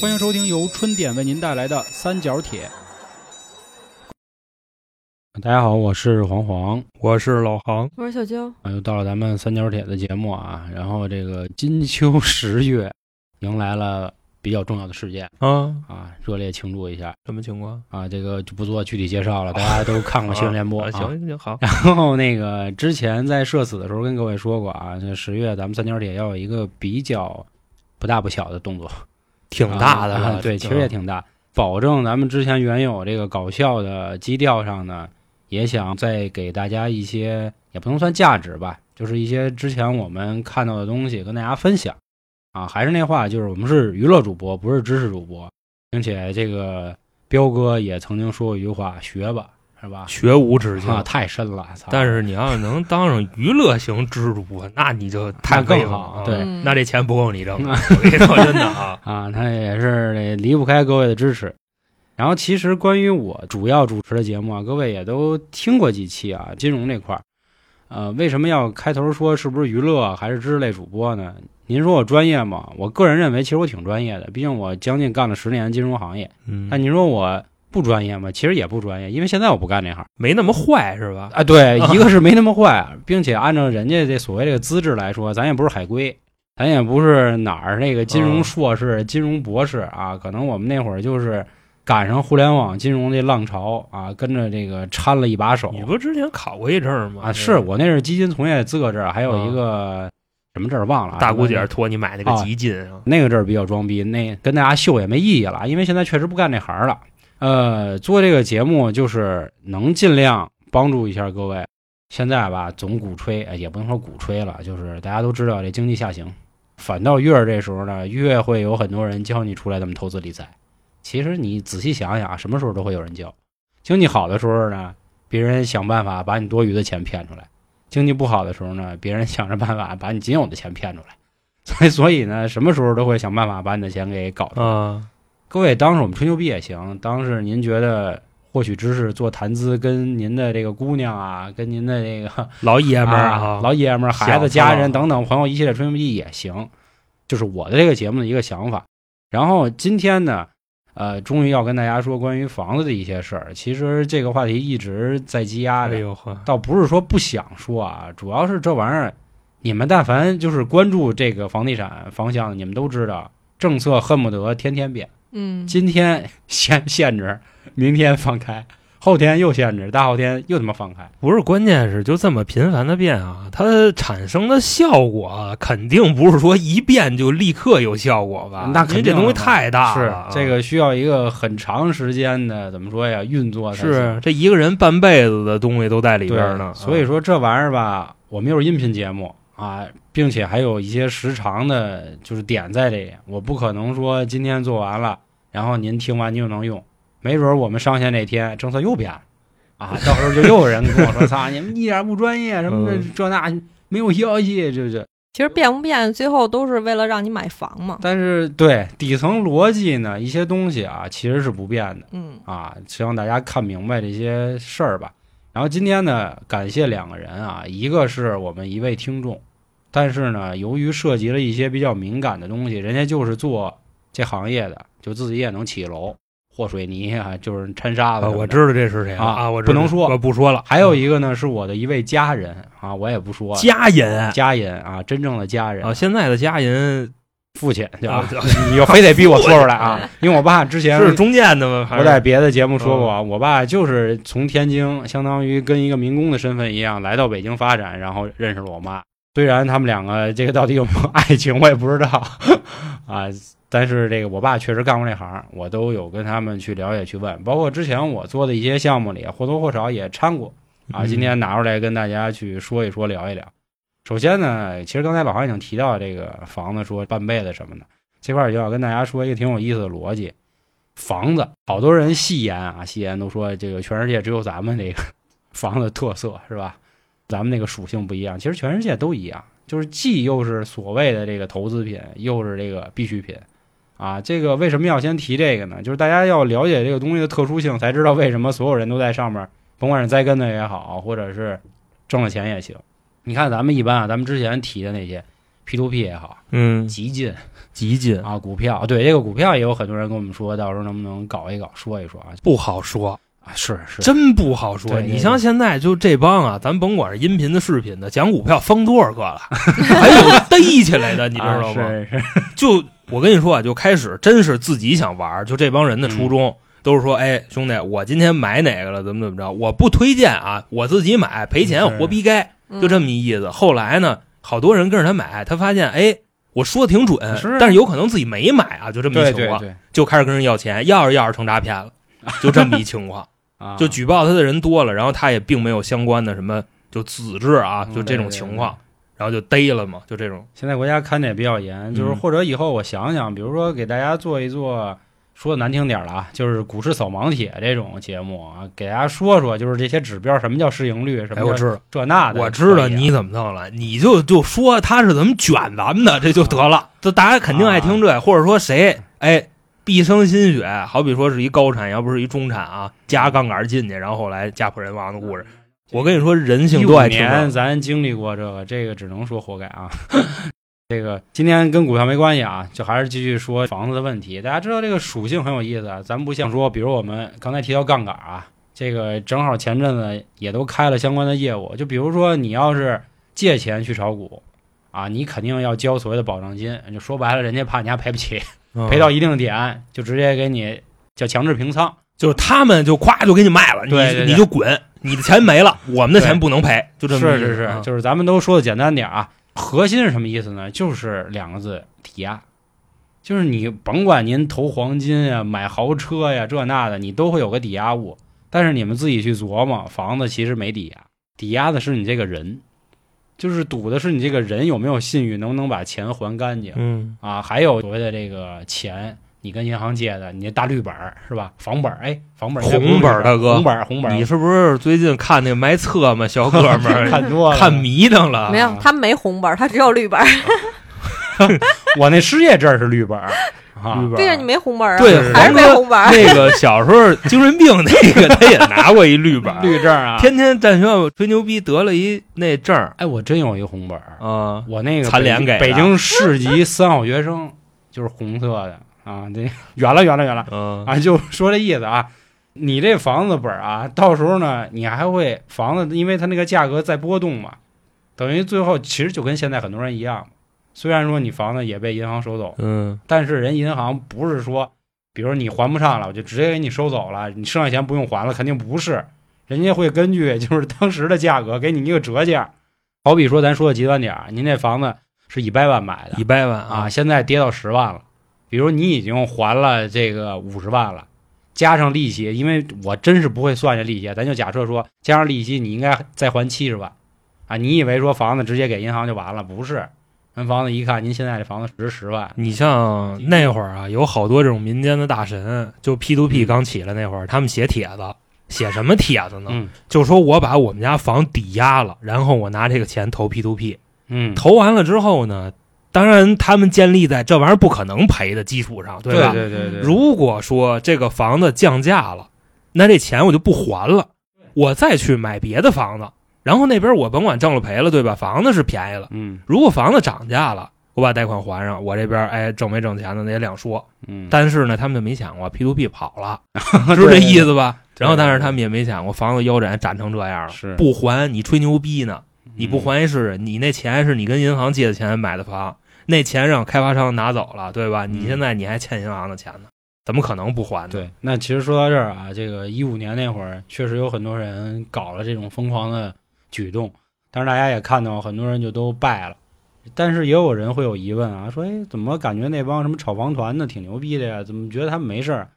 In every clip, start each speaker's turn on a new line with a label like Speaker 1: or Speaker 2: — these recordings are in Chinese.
Speaker 1: 欢迎收听由春点为您带来的《三角铁》。大家好，我是黄黄，
Speaker 2: 我是老航，
Speaker 3: 我是小娇，
Speaker 1: 啊，又到了咱们《三角铁》的节目啊。然后这个金秋十月，迎来了比较重要的事件
Speaker 2: 啊，
Speaker 1: 啊，热烈庆祝一下
Speaker 2: 什么情况？
Speaker 1: 啊。这个就不做具体介绍了，大家都看过新闻联播
Speaker 2: 啊
Speaker 1: 啊。
Speaker 2: 行行好，
Speaker 1: 然后那个之前在社死的时候跟各位说过啊，这十月咱们三角铁要有一个比较不大不小的动作，
Speaker 2: 挺大的
Speaker 1: 啊
Speaker 2: 了，
Speaker 1: 对，其实也挺大。保证咱们之前原有这个搞笑的基调上呢，也想再给大家一些，也不能算价值吧，就是一些之前我们看到的东西跟大家分享。啊，还是那话，就是我们是娱乐主播，不是知识主播，并且这个彪哥也曾经说过一句话：“学吧，是吧？”
Speaker 2: 学无止境。
Speaker 1: 啊，太深了，操
Speaker 2: 但是你要是能当上娱乐型知主 播，那你就太
Speaker 1: 那更
Speaker 2: 威风
Speaker 1: 好
Speaker 2: 了啊
Speaker 1: 对。
Speaker 3: 嗯
Speaker 2: 那这钱不够你挣的，我跟你说真的 啊
Speaker 1: 啊，他也是得离不开各位的支持。然后，其实关于我主要主持的节目啊，各位也都听过几期啊，金融这块儿，呃，为什么要开头说是不是娱乐还是知识类主播呢？您说我专业吗？我个人认为，其实我挺专业的，毕竟我将近干了十年金融行业。
Speaker 2: 嗯
Speaker 1: 但您说我不专业吗？其实也不专业，因为现在我不干这行。
Speaker 2: 没那么坏是吧？
Speaker 1: 啊， 对，一个是没那么坏，并且按照人家这所谓这个资质来说，咱也不是海归，咱也不是哪儿那个金融
Speaker 2: 嗯
Speaker 1: 硕士、金融博士啊，可能我们那会儿就是赶上互联网金融这浪潮啊，跟着这个掺了一把手
Speaker 2: 你不之前考过一证吗？
Speaker 1: 哦啊。是我那是基金从业资格证，还有一个什么证儿忘了啊，
Speaker 2: 嗯大姑姐
Speaker 1: 什
Speaker 2: 儿
Speaker 1: 么
Speaker 2: 托你买那个
Speaker 1: 啊
Speaker 2: 基金啊，
Speaker 1: 那个证儿比较装逼，那跟大家秀也没意义了，因为现在确实不干这行了。呃，做这个节目就是能尽量帮助一下各位。现在吧，总鼓吹，哎也不能说鼓吹了，就是大家都知道这经济下行，反倒越是这时候呢，越会有很多人教你出来怎么投资理财。其实你仔细想想啊，什么时候都会有人教。经济好的时候呢，别人想办法把你多余的钱骗出来；经济不好的时候呢，别人想着办法把你仅有的钱骗出来。所以，所以呢，什么时候都会想办法把你的钱给搞出来。
Speaker 2: 啊，
Speaker 1: 各位，当时我们吹牛逼也行，当时您觉得获取知识做谈资，跟您的这个姑娘啊，跟您的这个
Speaker 2: 老 爷们儿
Speaker 1: 啊
Speaker 2: 啊，
Speaker 1: 老爷们儿、孩
Speaker 2: 小啊
Speaker 1: 子、
Speaker 2: 朋
Speaker 1: 家
Speaker 2: 友
Speaker 1: 人等等朋友一系列吹牛逼也行，就是我的这个节目的一个想法。然后今天呢，呃，终于要跟大家说关于房子的一些事儿。其实这个话题一直在积压
Speaker 2: 哎
Speaker 1: 着，
Speaker 2: 呦呵，
Speaker 1: 倒不是说不想说啊，主要是这玩意儿，你们但凡就是关注这个房地产方向的，你们都知道，政策恨不得天天变。
Speaker 3: 嗯，
Speaker 1: 今天限限制，明天放开，后天又限制，大后天又他妈放开。
Speaker 2: 不是，关键是就这么频繁的变啊，它产生的效果啊肯定不是说一变就立刻有效果吧？
Speaker 1: 那
Speaker 2: 因为
Speaker 1: 肯定
Speaker 2: 这东
Speaker 1: 了
Speaker 2: 西太大
Speaker 1: 是
Speaker 2: 了啊，
Speaker 1: 这个需要一个很长时间的怎么说呀运作才行
Speaker 2: 是这一个人半辈子的东西都在里
Speaker 1: 对
Speaker 2: 边呢。
Speaker 1: 所以
Speaker 2: 啊
Speaker 1: 说这玩意儿吧，我们又是音频节目啊，并且还有一些时长的，就是点在这里。我不可能说今天做完了，然后您听完您就能用，没准儿我们上线那天政策又变了啊，到时候就又有人跟我 说：“操，你们一点不专业，什么的
Speaker 2: 嗯
Speaker 1: 这那没有消息。”就就，
Speaker 3: 其实变不变，最后都是为了让你买房嘛。
Speaker 1: 但是对底层逻辑呢，一些东西啊其实是不变的。
Speaker 3: 嗯，
Speaker 1: 啊，希望大家看明白这些事儿吧。然后今天呢，感谢两个人啊，一个是我们一位听众，但是呢，由于涉及了一些比较敏感的东西，人家就是做这行业的，就自己也能起楼和水泥啊，就是掺沙子、
Speaker 2: 啊我。知道这是谁了
Speaker 1: 啊
Speaker 2: 啊，我
Speaker 1: 不
Speaker 2: 知道
Speaker 1: 能说
Speaker 2: 我不说了。
Speaker 1: 还有一个呢，是我的一位家人啊，我也不说了
Speaker 2: 家人
Speaker 1: 家人啊，真正的家人
Speaker 2: 啊，，现在的家人
Speaker 1: 父亲对吧
Speaker 2: 啊？
Speaker 1: 你又非得逼我说出来啊，因为我爸之前
Speaker 2: 是中间的吗？还
Speaker 1: 我
Speaker 2: 是嗯
Speaker 1: 在别的节目说过，啊，我爸就是从天津，相当于跟一个民工的身份一样，来到北京发展，然后认识了我妈。虽然他们两个这个到底有没有爱情，我也不知道 啊。但是这个我爸确实干过这行，我都有跟他们去了解去问，包括之前我做的一些项目里，或多或少也掺过啊。
Speaker 2: 嗯
Speaker 1: 今天拿出来跟大家去说一说，聊一聊。首先呢，其实刚才老韩已经提到这个房子说半辈子什么的，这块儿就要跟大家说一个挺有意思的逻辑。房子，好多人戏言啊，戏言都说这个全世界只有咱们这个 房子特色是吧？咱们那个属性不一样，其实全世界都一样，就是既又是所谓的这个投资品，又是这个必需品啊。这个为什么要先提这个呢？就是大家要了解这个东西的特殊性，才知道为什么所有人都在上面，甭管是栽跟头也好，或者是挣了钱也行。你看咱们一般啊，咱们之前提的那些， P to P 也好，
Speaker 2: 嗯，
Speaker 1: 极进
Speaker 2: 极进
Speaker 1: 啊，股票对这个股票也有很多人跟我们说，到时候能不能搞一搞，说一说啊？
Speaker 2: 不好说，
Speaker 1: 啊，是是，
Speaker 2: 真不好说。
Speaker 1: 对对
Speaker 2: 你像现在就这帮啊，咱甭管是音频的、视频的，讲股票封多少 个了，还有逮起来的，你知
Speaker 1: 啊
Speaker 2: 道吗？
Speaker 1: 是是，
Speaker 2: 就我跟你说啊，就开始真是自己想玩儿，就这帮人的初
Speaker 1: 嗯
Speaker 2: 衷。都是说，哎，兄弟，我今天买哪个了，怎么怎么着？我不推荐啊，我自己买，赔钱
Speaker 1: 嗯是
Speaker 2: 活逼该，
Speaker 3: 嗯
Speaker 2: 就这么一意思。后来呢，好多人跟着他买，他发现，哎，我说的挺准
Speaker 1: 是，
Speaker 2: 但是有可能自己没买啊，就这么一
Speaker 1: 对
Speaker 2: 情况。
Speaker 1: 对对，
Speaker 2: 就开始跟人要钱，要着要着成诈骗了，就这么一情况。
Speaker 1: 啊，
Speaker 2: 就举报他的人多了，然后他也并没有相关的什么就资质啊，
Speaker 1: 嗯
Speaker 2: 就这种情况，然后就逮了嘛，就这种。
Speaker 1: 现在国家看的也比较严，就是
Speaker 2: 嗯
Speaker 1: 或者以后我想想，比如说给大家做一做，说的难听点儿了啊，就是股市扫盲帖这种节目啊，给大家说说，就是这些指标，什么叫市盈率，什
Speaker 2: 哎，
Speaker 1: 么
Speaker 2: 我
Speaker 1: 叫
Speaker 2: 知道，
Speaker 1: 这那的，
Speaker 2: 我知道
Speaker 1: 可以啊
Speaker 2: 你怎么弄了，你就就说他是怎么卷咱们的，这
Speaker 1: 嗯
Speaker 2: 就得了。就大家肯定爱
Speaker 1: 啊
Speaker 2: 听这，或者说谁哎毕生心血，好比说是一高产，要不是一中产啊，加杠杆进去，然后后来家破人亡的故事。我跟你说，人性都
Speaker 1: 15
Speaker 2: 爱听这
Speaker 1: 嗯年
Speaker 2: 个。
Speaker 1: 咱经历过这个，这个只能说活该啊。 这个今天跟股票没关系啊，就还是继续说房子的问题。大家知道这个属性很有意思，啊，咱不像说，比如我们刚才提到杠杆啊，这个正好前阵子也都开了相关的业务。就比如说你要是借钱去炒股啊，你肯定要交所谓的保证金，就说白了，人家怕你还赔不起，
Speaker 2: 嗯
Speaker 1: 赔到一定点就直接给你叫强制平仓。
Speaker 2: 就是他们就夸就给你卖了，你
Speaker 1: 对对对
Speaker 2: 你就滚，你的钱没了，我们的钱不能赔，就这么
Speaker 1: 是
Speaker 2: 一个
Speaker 1: 是是，
Speaker 2: 啊
Speaker 1: 就是咱们都说的简单点啊。核心是什么意思呢？就是两个字：抵押。就是你甭管您投黄金呀、买豪车呀、这那的，你都会有个抵押物。但是你们自己去琢磨，房子其实没抵押，抵押的是你这个人，就是赌的是你这个人有没有信誉，能不能把钱还干净。
Speaker 2: 嗯，
Speaker 1: 啊，还有所谓的这个钱，你跟银行借的，你那大绿本儿是吧？房本儿，哎，房本儿应该不是
Speaker 2: 红本儿
Speaker 1: 绿儿
Speaker 2: 大哥
Speaker 1: 红本儿红本儿，
Speaker 2: 你是不是最近看那埋册嘛，小哥们儿
Speaker 1: 看多了，
Speaker 2: 看迷瞪了？
Speaker 3: 没有，他没红本儿，他只有绿本儿。
Speaker 1: 我那失业证是绿本儿啊，
Speaker 3: 对呀，你没红本儿啊，
Speaker 2: 对
Speaker 1: 是
Speaker 3: 还
Speaker 2: 黄
Speaker 3: 是没
Speaker 2: 哥
Speaker 3: 红本儿。
Speaker 2: 那个小时候精神病那个，他也拿过一绿本儿，
Speaker 1: 绿证啊。
Speaker 2: 天天在学校吹牛逼得了一那证儿
Speaker 1: 哎，我真有一红本儿，
Speaker 2: 啊，
Speaker 1: 我那个
Speaker 2: 残
Speaker 1: 北
Speaker 2: 联
Speaker 1: 京
Speaker 2: 给的
Speaker 1: 北京市级三好学生，就是红色的啊。这远了远了远了
Speaker 2: 嗯，
Speaker 1: 啊，就说这意思啊。你这房子本儿啊，到时候呢，你还会房子，因为它那个价格在波动嘛，等于最后其实就跟现在很多人一样，虽然说你房子也被银行收走，
Speaker 2: 嗯，
Speaker 1: 但是人银行不是说，比如你还不上了，我就直接给你收走了，你剩下钱不用还了，肯定不是，人家会根据就是当时的价格给你一个折价。好比说咱说的极端点儿，您这房子是一百万买的
Speaker 2: 一百万
Speaker 1: 啊，，现在跌到十万了，比如你已经还了这个五十万了。加上利息，因为我真是不会算这利息，咱就假设说，加上利息，你应该再还七十万，啊，你以为说房子直接给银行就完了？不是，人房子一看，您现在这房子值十万，
Speaker 2: 你像那会儿啊，有好多这种民间的大神，就 P to P 刚起来那会儿，他们写帖子，写什么帖子呢？
Speaker 1: 嗯
Speaker 2: 就说我把我们家房抵押了，然后我拿这个钱投 P to P，
Speaker 1: 嗯，
Speaker 2: 投完了之后呢，当然他们建立在这玩意儿不可能赔的基础上，吧？
Speaker 1: 对对对，
Speaker 2: 如果说这个房子降价了，那这钱我就不还了，我再去买别的房子，然后那边我甭管挣了赔了，对吧？房子是便宜了。
Speaker 1: 嗯
Speaker 2: 如果房子涨价了，我把贷款还上，我这边哎挣没挣钱的那也两说。
Speaker 1: 嗯，
Speaker 2: 但是呢，他们就没想过 P to P 跑了， 是这意思吧？
Speaker 1: 对
Speaker 2: 然后，但是他们也没想过房子腰斩斩成这样了，
Speaker 1: 是
Speaker 2: 不还你吹牛逼呢？你不
Speaker 1: 嗯
Speaker 2: 还是人你那钱是你跟银行借的钱买的房，那钱让开发商拿走了，对吧？你
Speaker 1: 嗯
Speaker 2: 现在你还欠银行的钱呢，怎么可能不还呢？
Speaker 1: 对。那其实说到这儿啊，这个一五年那会儿，确实有很多人搞了这种疯狂的举动，但是大家也看到，很多人就都败了。但是也有人会有疑问啊，说哎，怎么感觉那帮什么炒房团的挺牛逼的呀？怎么觉得他们没事儿？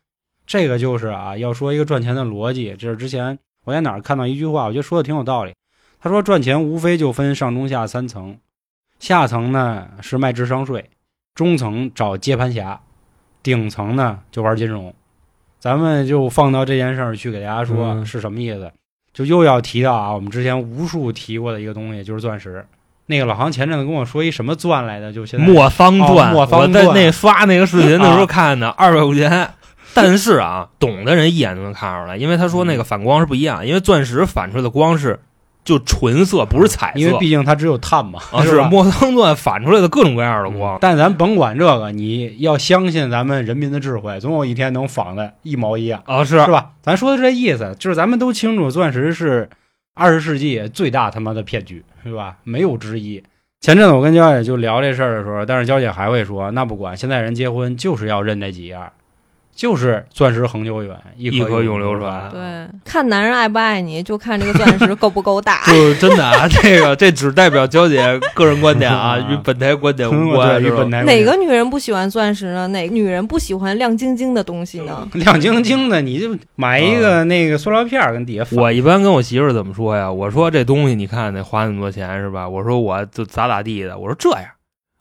Speaker 1: 这个就是啊，要说一个赚钱的逻辑，这是之前我在哪儿看到一句话，我觉得说的挺有道理。他说赚钱无非就分上中下三层，下层呢是卖智商税，中层找接盘侠，顶层呢就玩金融。咱们就放到这件事儿去给大家说
Speaker 2: 嗯
Speaker 1: 是什么意思，就又要提到啊，我们之前无数提过的一个东西就是钻石。那个老航前阵子跟我说一什么钻来的，就现在
Speaker 2: 莫桑
Speaker 1: 哦
Speaker 2: 钻，
Speaker 1: 莫桑
Speaker 2: 我在
Speaker 1: 钻
Speaker 2: 那刷那个视频的时
Speaker 1: 啊
Speaker 2: 候看的，二百块钱。但是
Speaker 1: 嗯
Speaker 2: 啊，懂的人一眼就能看出来，因为他说那个反光是不一样，因为钻石反出来的光是就纯色，不是彩色，
Speaker 1: 因为毕竟它只有碳嘛，
Speaker 2: 啊
Speaker 1: 是吧嗯
Speaker 2: 莫桑钻反出来的各种各样的光。
Speaker 1: 但咱甭管这个，你要相信咱们人民的智慧，总有一天能仿的一毛一样，
Speaker 2: 啊，是
Speaker 1: 是吧？咱说的这意思，就是咱们都清楚，钻石是二十世纪最大他妈的骗局，是吧？没有之一。前阵子我跟娇姐就聊这事儿的时候，但是娇姐还会说，那不管，现在人结婚就是要认这几样，就是钻石恒久远，一
Speaker 2: 一
Speaker 1: 颗
Speaker 2: 颗
Speaker 1: 永
Speaker 2: 永流
Speaker 1: 传
Speaker 2: 传。
Speaker 3: 对，看男人爱不爱你，就看这个钻石够不 够大。
Speaker 2: 就真的啊，这个这只代表娇姐个人观点 啊，
Speaker 1: 啊
Speaker 2: 与本台观点
Speaker 1: 嗯
Speaker 2: 无
Speaker 1: 对
Speaker 2: 关，
Speaker 1: 与
Speaker 2: 是吧
Speaker 1: 本台无
Speaker 3: 哪
Speaker 1: 关
Speaker 3: 个女人不喜欢钻石呢？哪个女人不喜欢亮晶晶的东西呢？
Speaker 1: 亮晶晶的，你就买一个那个塑料片儿跟底下放。
Speaker 2: 嗯我一般跟我媳妇儿怎么说呀？我说这东西你看得花那么多钱是吧？我说我就咋咋地的。我说这样，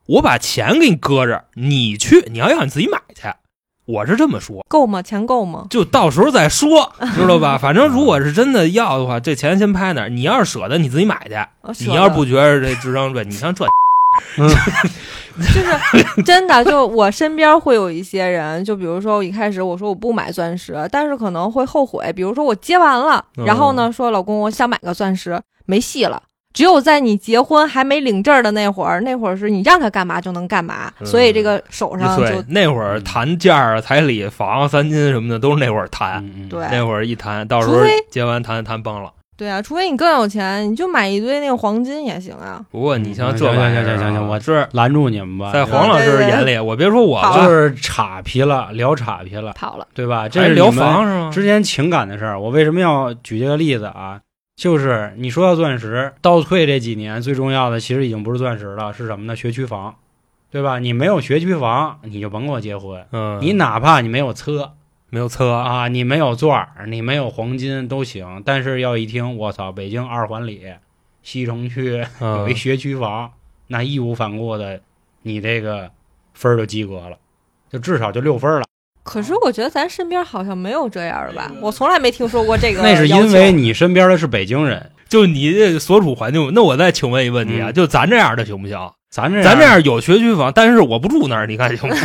Speaker 2: 我把钱给你搁这儿，你去，你要要你自己买去。我是这么说，
Speaker 3: 够吗？钱够吗？
Speaker 2: 就到时候再说， 知道吧？反正如果是真的要的话，这钱先拍那儿。你要是舍得，你自己买去。
Speaker 3: 啊舍
Speaker 2: 你要
Speaker 3: 得
Speaker 2: 是不觉得这智商税，你像这
Speaker 3: 就是 真的，就我身边会有一些人，就比如说我一开始我说我不买钻石，但是可能会后悔，比如说我结完了，
Speaker 2: 嗯
Speaker 3: 然后呢说老公我想买个钻石，没戏了。只有在你结婚还没领证儿的那会儿，那会儿是你让他干嘛就能干嘛，
Speaker 2: 嗯
Speaker 3: 所以这个手上就
Speaker 2: 对那会儿
Speaker 1: 嗯
Speaker 2: 谈价儿、彩礼、房、三金什么的，都是那会儿谈。
Speaker 1: 嗯，嗯
Speaker 3: 对
Speaker 2: 那会儿一谈，到时候
Speaker 3: 除非
Speaker 2: 结完谈谈崩了。
Speaker 3: 对啊，除非你更有钱，你就买一堆那个黄金也行啊。
Speaker 2: 不过你像这
Speaker 1: 嗯行
Speaker 2: 玩意儿啊，
Speaker 1: 行行行行我
Speaker 2: 是
Speaker 1: 拦住你们吧，
Speaker 2: 在黄老师眼里，我别说我
Speaker 3: 好
Speaker 2: 了，
Speaker 1: 就是岔皮了，聊岔皮了，
Speaker 3: 跑了，
Speaker 1: 对吧？这
Speaker 2: 这
Speaker 1: 是
Speaker 2: 聊
Speaker 1: 你们
Speaker 2: 房是吗？
Speaker 1: 之间情感的事儿。我为什么要举这个例子啊？就是你说到钻石，倒退这几年最重要的其实已经不是钻石了，是什么呢？学区房，对吧？你没有学区房，你就甭跟我结婚。
Speaker 2: 嗯，
Speaker 1: 你哪怕你没有车
Speaker 2: 没有车啊？
Speaker 1: 啊，你没有钻儿，你没有黄金都行，但是要一听，我操，北京二环里西城区有
Speaker 2: 嗯
Speaker 1: 一学区房，那义无反顾的，你这个分儿就及格了，就至少就六分儿了。
Speaker 3: 可是我觉得咱身边好像没有这样的吧，我从来没听说过这个要求。
Speaker 1: 那是因为你身边的是北京人，
Speaker 2: 就你这所处环境，那我再请问一问题啊，
Speaker 1: 嗯
Speaker 2: 就咱这样的行不行？
Speaker 1: 咱这
Speaker 2: 咱这样有学区房，但是我不住那儿，你看行不 行？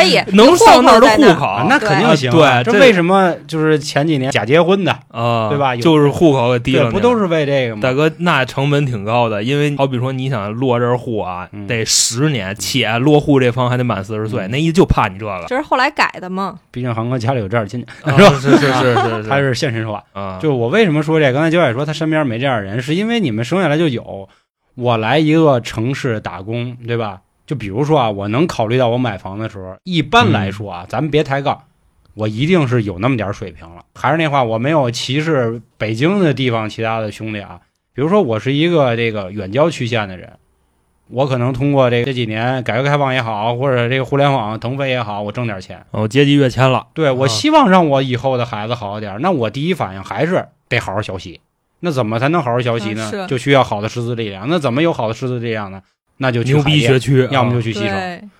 Speaker 3: 以
Speaker 2: 能上那儿的
Speaker 3: 在
Speaker 2: 户
Speaker 3: 那儿
Speaker 2: 口，
Speaker 1: 啊，那肯定
Speaker 2: 对
Speaker 1: 行
Speaker 2: 啊
Speaker 1: 啊。这
Speaker 2: 对这
Speaker 1: 为什么就是前几年假结婚的，
Speaker 2: 啊，
Speaker 1: 对吧有
Speaker 2: 就是户口给提
Speaker 1: 对，
Speaker 2: 上，
Speaker 1: 不都？是为这个吗？
Speaker 2: 大哥，那成本挺高的，因为好比说你想落这儿户啊，
Speaker 1: 嗯
Speaker 2: 得十年，且落户这方还得满四十岁，
Speaker 1: 嗯
Speaker 2: 那意就怕你这个，
Speaker 3: 这是后来改的嘛。
Speaker 1: 毕竟航哥家里有这样的亲戚，
Speaker 2: 啊
Speaker 1: 是吧
Speaker 2: 是 是是是是，
Speaker 1: 他是现身说法。
Speaker 2: 啊，
Speaker 1: 就我为什么说这？刚才焦姐说她身边没这样的人，是因为你们生下来就有。我来一个城市打工，对吧？就比如说啊，我能考虑到我买房的时候，一般来说啊，咱们别抬杠，我一定是有那么点儿水平了。还是那话，我没有歧视北京的地方其他的兄弟啊。比如说，我是一个这个远郊区县的人，我可能通过这这几年改革开放也好，或者这个互联网腾飞也好，我挣点儿钱。
Speaker 2: 哦，阶级跃迁了，
Speaker 1: 对我
Speaker 2: 啊
Speaker 1: 希望让我以后的孩子好一点儿，那我第一反应还是得好好学习。那怎么才能好好学习呢？
Speaker 3: 嗯是
Speaker 1: 就需要好的师资力量。那怎么有好的师资力量呢？那就去
Speaker 2: 牛
Speaker 1: 海
Speaker 2: 逼
Speaker 1: 淀
Speaker 2: 学区，
Speaker 1: 要么
Speaker 2: 啊。
Speaker 1: 就去西城。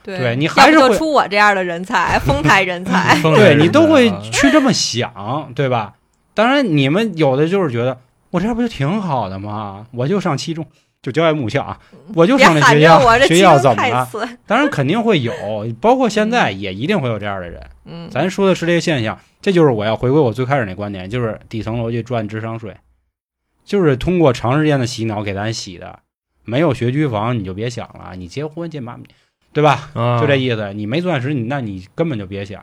Speaker 3: 对对
Speaker 1: 对你
Speaker 3: 要
Speaker 1: 还
Speaker 3: 不
Speaker 1: 是
Speaker 3: 就
Speaker 1: 会
Speaker 3: 出我这样的 人才，丰台人才
Speaker 2: 风
Speaker 1: 对
Speaker 2: 水
Speaker 1: 哎你
Speaker 2: 人
Speaker 1: 都
Speaker 2: 才
Speaker 1: 会
Speaker 2: 啊
Speaker 1: 去这么想，对吧？当然，你们有的就是觉得我这样不就挺好的吗？我就上七中，就郊外母校啊，我就
Speaker 3: 嗯别
Speaker 1: 上这
Speaker 3: 喊
Speaker 1: 学
Speaker 3: 着我
Speaker 1: 校，
Speaker 3: 这
Speaker 1: 学
Speaker 3: 鸡
Speaker 1: 校
Speaker 3: 生
Speaker 1: 怎么
Speaker 3: 太
Speaker 1: 了？
Speaker 3: 次。
Speaker 1: 当然肯定 会有，包括现在也一定会有这样的人。
Speaker 3: 嗯，
Speaker 1: 咱说的是这个现象，这就是我要回归我最开始那观点，就是底层逻辑赚智商税，就是通过长时间的洗脑给咱洗的。没有学区房你就别想了，你结婚这妈，对吧？
Speaker 2: 啊
Speaker 1: 就这意思。你没钻石，你那你根本就别想。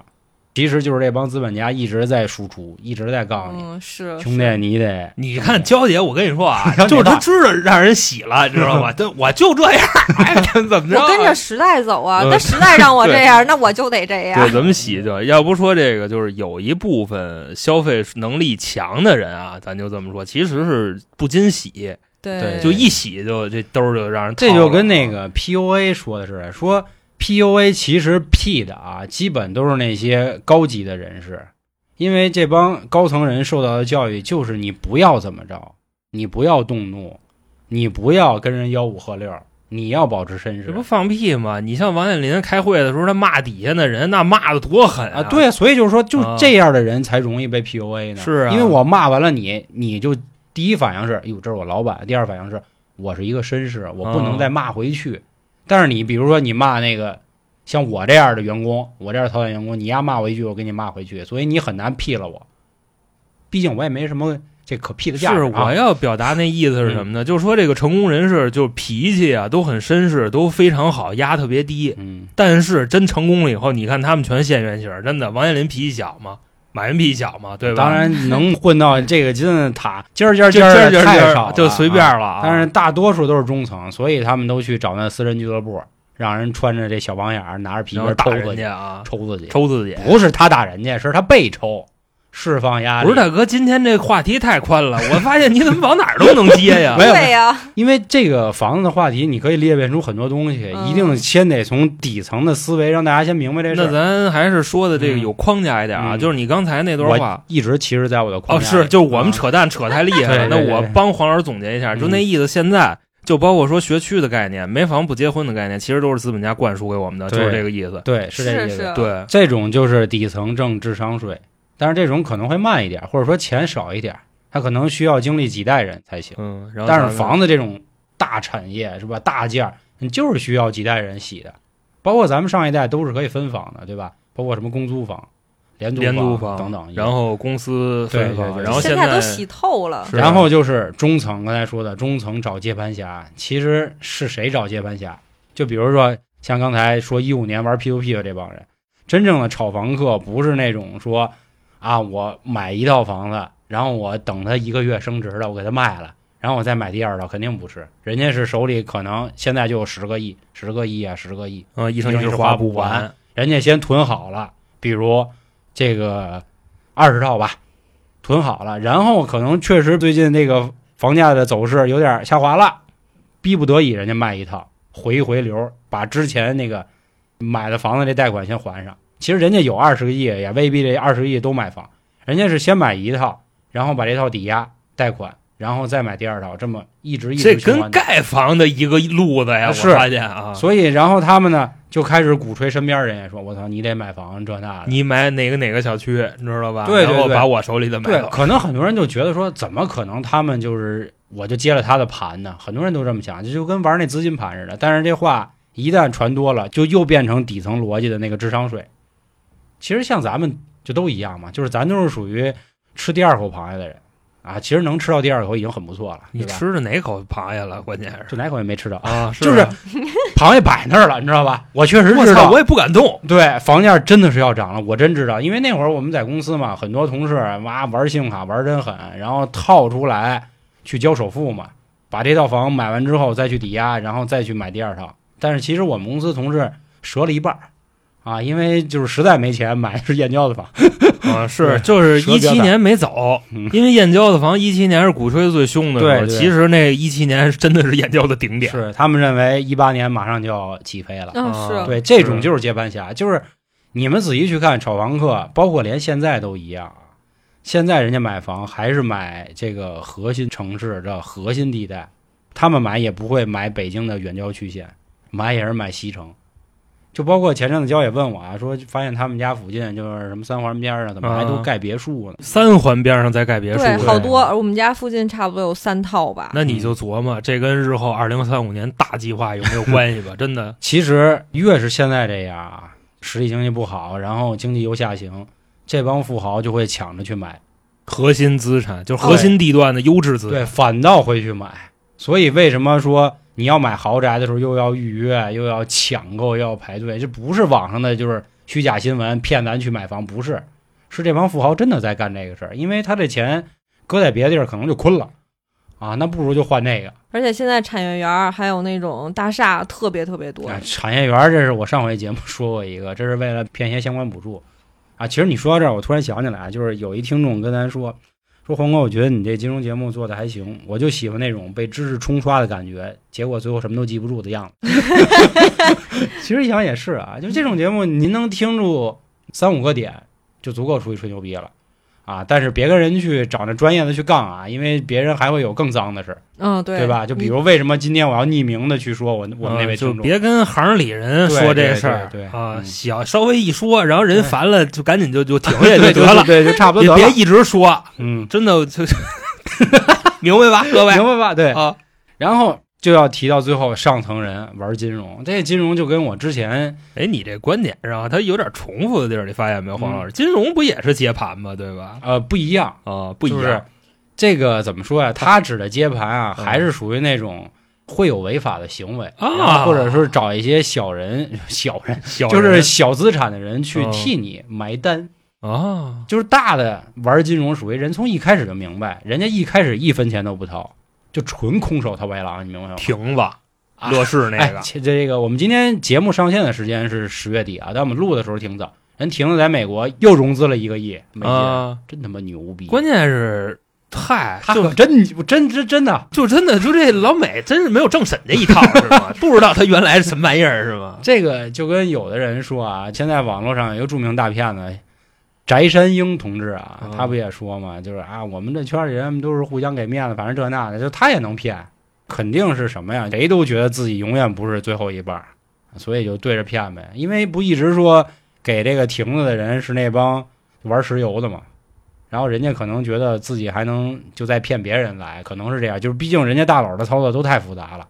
Speaker 1: 其实就是这帮资本家一直在输出，一直在告诉你，
Speaker 3: 嗯是
Speaker 1: 兄弟，你得，
Speaker 2: 你看娇姐，我跟你说啊就是她知道让人洗了，你 知道吗？但我就这样，哎，怎么着啊？
Speaker 3: 我跟着啊时代走啊，
Speaker 1: 呃
Speaker 2: 嗯
Speaker 3: 那时代让我这样，那我就得这样
Speaker 2: 对，。怎么洗就要不说这个，就是有一部分消费能力强的人啊，咱就这么说，其实是不禁洗，
Speaker 1: 对
Speaker 2: 就一洗就这兜儿就让人掏
Speaker 1: 这
Speaker 2: 了嗯
Speaker 1: 就跟那个 PUA 说的似的，说 PUA 其实 P 的啊，基本都是那些高级的人士，因为这帮高层人受到的教育就是你不要怎么着，你不要动怒，你不要跟人吆五喝六，你要保持绅
Speaker 2: 这
Speaker 1: 士
Speaker 2: 不放屁吗？你像王健林开会的时候，他骂底下的人，那骂的多狠
Speaker 1: 啊。对，啊，所以就是说，就
Speaker 2: 啊
Speaker 1: 这样的人才容易被 PUA 呢。
Speaker 2: 是啊
Speaker 1: 因为我骂完了你，你就第一反应是，哟，这是我老板；第二反应是我是一个绅士，我不
Speaker 2: 哦
Speaker 1: 能再骂回去。但是你比如说你骂那个像我这样的员工，我这样的讨厌员工，你丫骂我一句，我给你骂回去，所以你很难 P 了我。毕竟我也没什么这可屁的价
Speaker 2: 是
Speaker 1: 值啊嗯
Speaker 2: 我要表达那意思是什么呢？就是说这个成功人士就是脾气啊都很绅士，都非常好，压特别低。
Speaker 1: 嗯
Speaker 2: 但是真成功了以后，你看他们全现原形儿，真的。王健林脾气小嘛，马云脾气小嘛，对吧？
Speaker 1: 当然能混到这个金字塔尖儿尖儿
Speaker 2: 就
Speaker 1: 尖儿
Speaker 2: 就
Speaker 1: 的太少了
Speaker 2: 就随便
Speaker 1: 啊
Speaker 2: 了啊。
Speaker 1: 但是大多数都是中层，所以他们都去找那私人俱乐部，让人穿着这小网眼儿，拿着皮鞭
Speaker 2: 然后
Speaker 1: 儿
Speaker 2: 打
Speaker 1: 抽
Speaker 2: 人
Speaker 1: 自己，
Speaker 2: 家啊，
Speaker 1: 抽自己。
Speaker 2: 抽自己。
Speaker 1: 不是他打人家，是他被抽，释放压力。
Speaker 2: 不是大哥，今天这话题太宽了，我发现你怎么往哪儿都能接呀
Speaker 1: 没？有
Speaker 3: 对呀、
Speaker 1: 因为这个房子的话题，你可以裂变出很多东西，
Speaker 3: 嗯
Speaker 1: 一定先得从底层的思维让大家先明白这事
Speaker 2: 那
Speaker 1: 儿。
Speaker 2: 咱还是说的这个
Speaker 1: 嗯
Speaker 2: 有框架一点啊，
Speaker 1: 嗯
Speaker 2: 就是你刚才那段话
Speaker 1: 我。一直其实在我的框
Speaker 2: 哦，
Speaker 1: 架里
Speaker 2: 是，就是我们
Speaker 1: 啊
Speaker 2: 扯淡扯太厉害了。
Speaker 1: 对对对嗯
Speaker 2: 那我
Speaker 1: 对
Speaker 2: 帮黄老师总结一下，就那意思。现在就包括说学区的概念、没房不结婚的概念，其实都是资本家灌输给我们的，就
Speaker 1: 对
Speaker 2: 是这个意思。
Speaker 1: 对，是这个
Speaker 3: 是
Speaker 1: 意思。
Speaker 3: 是，
Speaker 2: 对，
Speaker 1: 这种就是底层挣智商税，但是这种可能会慢一点，或者说钱少一点，他可能需要经历几代人才行。
Speaker 2: 嗯，然后
Speaker 1: 但是房子这种大产业是吧，大件儿，你就是需要几代人洗的，包括咱们上一代都是可以分房的，对吧？包括什么公租房、廉租
Speaker 2: 廉租房
Speaker 1: 等等。
Speaker 2: 然后公司分
Speaker 1: 对对
Speaker 2: 房，
Speaker 1: 对
Speaker 2: 然后
Speaker 3: 现
Speaker 2: 在
Speaker 3: 都洗透了，
Speaker 2: 是
Speaker 1: 然后就是中层，刚才说的中层找接盘侠，其实是谁找接盘侠？就比如说像刚才说一五年玩 P to P 的这帮人，真正的炒房客不是那种说啊，我买一套房子，然后我等它一个月升值了，我给它卖了，然后我再买第二套，肯定不是，人家是手里可能现在就有十个亿、十个亿啊、十个亿，
Speaker 2: 嗯，一生
Speaker 1: 一
Speaker 2: 一
Speaker 1: 生
Speaker 2: 世
Speaker 1: 一世
Speaker 2: 花
Speaker 1: 花
Speaker 2: 不
Speaker 1: 不完，人家先囤好了，比如这个二十套吧，囤好了，然后可能确实最近这个房价的走势有点下滑了，逼不得已人家卖一套回一回流，把之前那个买的房子这贷款先还上。其实人家有二十个亿，也未必这二十个亿都买房，人家是先买一套，然后把这套抵押贷款，然后再买第二套，这么一直一直
Speaker 2: 这
Speaker 1: 循
Speaker 2: 跟
Speaker 1: 环的
Speaker 2: 盖房的一个路子呀，我
Speaker 1: 是
Speaker 2: 发现啊。
Speaker 1: 所以，然后他们呢就开始鼓吹身边人也说：“我操，你得买房这那的。”
Speaker 2: 你买哪个哪个小区，你知道吧？
Speaker 1: 对对
Speaker 2: 然后
Speaker 1: 对
Speaker 2: 把我手里的买
Speaker 1: 对，
Speaker 2: 了。
Speaker 1: 可能很多人就觉得说，怎么可能他们就是我就接了他的盘呢？很多人都这么想，这就跟玩那资金盘似的。但是这话一旦传多了，就又变成底层逻辑的那个智商税。其实像咱们就都一样嘛，就是咱都是属于吃第二口螃蟹的人啊。其实能吃到第二口已经很不错了，
Speaker 2: 你
Speaker 1: 对吧？
Speaker 2: 吃的哪口螃蟹了？关键是
Speaker 1: 就哪口也没吃到，
Speaker 2: 啊，
Speaker 1: 就是是螃蟹摆那儿了，你知道吧？我确实
Speaker 2: 我
Speaker 1: 知道
Speaker 2: 操，我也不敢动。
Speaker 1: 对，房价真的是要涨了，我真知道，因为那会儿我们在公司嘛，很多同事哇玩信用卡玩真狠，然后套出来去交首付嘛，把这套房买完之后再去抵押，然后再去买第二套。但是其实我们公司同事折了一半儿啊，因为就是实在没钱买的是燕郊的房，
Speaker 2: 啊，是
Speaker 1: 对
Speaker 2: 就是
Speaker 1: 蛇
Speaker 2: 一
Speaker 1: 比较
Speaker 2: 七
Speaker 1: 大
Speaker 2: 年没走
Speaker 1: 嗯，
Speaker 2: 因为燕郊的房一七年是鼓吹最凶的时候，
Speaker 1: 对对
Speaker 2: 其实那一七年真的是燕郊的顶点。
Speaker 1: 是他们认为一八年马上就要起飞了。
Speaker 3: 嗯、
Speaker 2: 啊
Speaker 3: 是，
Speaker 1: 对，这种
Speaker 2: 是
Speaker 1: 就是接盘侠，就是你们仔细去看炒房客，包括连现在都一样啊。现在人家买房还是买这个核心城市的核心地带，他们买也不会买北京的远郊区县，买也是买西城。就包括前阵子焦也问我啊，说发现他们家附近就是什么三环边儿啊，怎么还都
Speaker 2: 啊
Speaker 1: 盖别墅呢？
Speaker 2: 三环边上再盖别墅，
Speaker 3: 对，
Speaker 1: 对
Speaker 3: 好多，我们家附近差不多有三套吧。
Speaker 2: 那你就琢磨这跟日后二零三五年大计划有没有 关系吧？真的，
Speaker 1: 其实越是现在这样啊，实体经济不好，然后经济又下行，这帮富豪就会抢着去买
Speaker 2: 核心资产就是核心地段的优质资产。
Speaker 1: 对，反倒会去买。所以为什么说你要买豪宅的时候又要预约，又要抢购，又要排队？这不是网上的就是虚假新闻骗咱去买房，不是，是这帮富豪真的在干这个事儿，因为他这钱搁在别的地儿可能就亏了啊，那不如就换这个。
Speaker 3: 而且现在产业园儿还有那种大厦特别特别多，
Speaker 1: 啊，产业园儿，这是我上回节目 说过一个，这是为了骗一些相关补助啊。其实你说到这儿，我突然想起来，啊就是有一听众跟咱说，说黄哥，我觉得你这金融节目做的还行，我就喜欢那种被知识冲刷的感觉，结果最后什么都记不住的样子。 其实一想也是啊，就这种节目，您能听住三五个点，就足够出去吹牛逼了。啊！但是别跟人去找那专业的去杠啊，因为别人还会有更脏的事儿，
Speaker 3: 嗯，对，
Speaker 1: 对吧？就比如为什么今天我要匿名的去说我我们那位
Speaker 2: 嗯就
Speaker 1: 听众，
Speaker 2: 别跟行里人说这事儿，
Speaker 1: 对对对对
Speaker 2: 啊，
Speaker 1: 嗯
Speaker 2: 小稍微一说，然后人
Speaker 1: 对
Speaker 2: 烦了就赶紧 就就停 下
Speaker 1: 对
Speaker 2: 就
Speaker 1: 对
Speaker 2: 得了，
Speaker 1: 对，就差不
Speaker 2: 也
Speaker 1: 多得
Speaker 2: 别
Speaker 1: 了。
Speaker 2: 一直说，
Speaker 1: 嗯，
Speaker 2: 真 的就明白吧，各位
Speaker 1: 明白吧？对。
Speaker 2: 啊，
Speaker 1: 然后就要提到最后，上层人玩金融，这金融就跟我之前
Speaker 2: 哎，你这观点上它有点重
Speaker 1: 嗯
Speaker 2: 复的地儿，你发现没有，黄老师？金融不也是接盘吗？对吧？
Speaker 1: 呃不一样，
Speaker 2: 啊，不一
Speaker 1: 就是
Speaker 2: 样，
Speaker 1: 这个怎么说呀、他指的接盘啊，
Speaker 2: 嗯
Speaker 1: 还是属于那种会有违法的行为
Speaker 2: 啊
Speaker 1: 然后或者是找一些小人、小人
Speaker 2: 小
Speaker 1: 就是
Speaker 2: 人
Speaker 1: 小资产的人去
Speaker 2: 嗯
Speaker 1: 替你埋单。
Speaker 2: 啊，
Speaker 1: 就是大的玩金融，属于人从一开始就明白，人家一开始一分钱都不掏，就纯空手套白狼，你明白吗？
Speaker 2: 亭子
Speaker 1: 啊
Speaker 2: 乐视那个
Speaker 1: 哎，这这个我们今天节目上线的时间是十月底啊，但我们录的时候挺早。人婷子在美国又融资了一个亿美金，
Speaker 2: 啊，
Speaker 1: 真他妈牛逼！
Speaker 2: 关键是嗨，
Speaker 1: 他
Speaker 2: 就
Speaker 1: 可真真真真的，
Speaker 2: 就真的就这老美真是没有政审这一套是吗？ 不知道他原来是什么玩意儿是吗？
Speaker 1: 这个就跟有的人说啊，现在网络上有一个著名大骗子翟山鹰同志啊
Speaker 2: 嗯，
Speaker 1: 他不也说嘛，就是啊，我们这圈里人都是互相给面子，反正这那的，就他也能骗，肯定是什么呀？谁都觉得自己永远不是最后一棒，所以就对着骗呗。因为不一直说给这个亭子的人是那帮玩石油的嘛。然后人家可能觉得自己还能就再骗别人来，可能是这样，就是毕竟人家大佬的操作都太复杂了，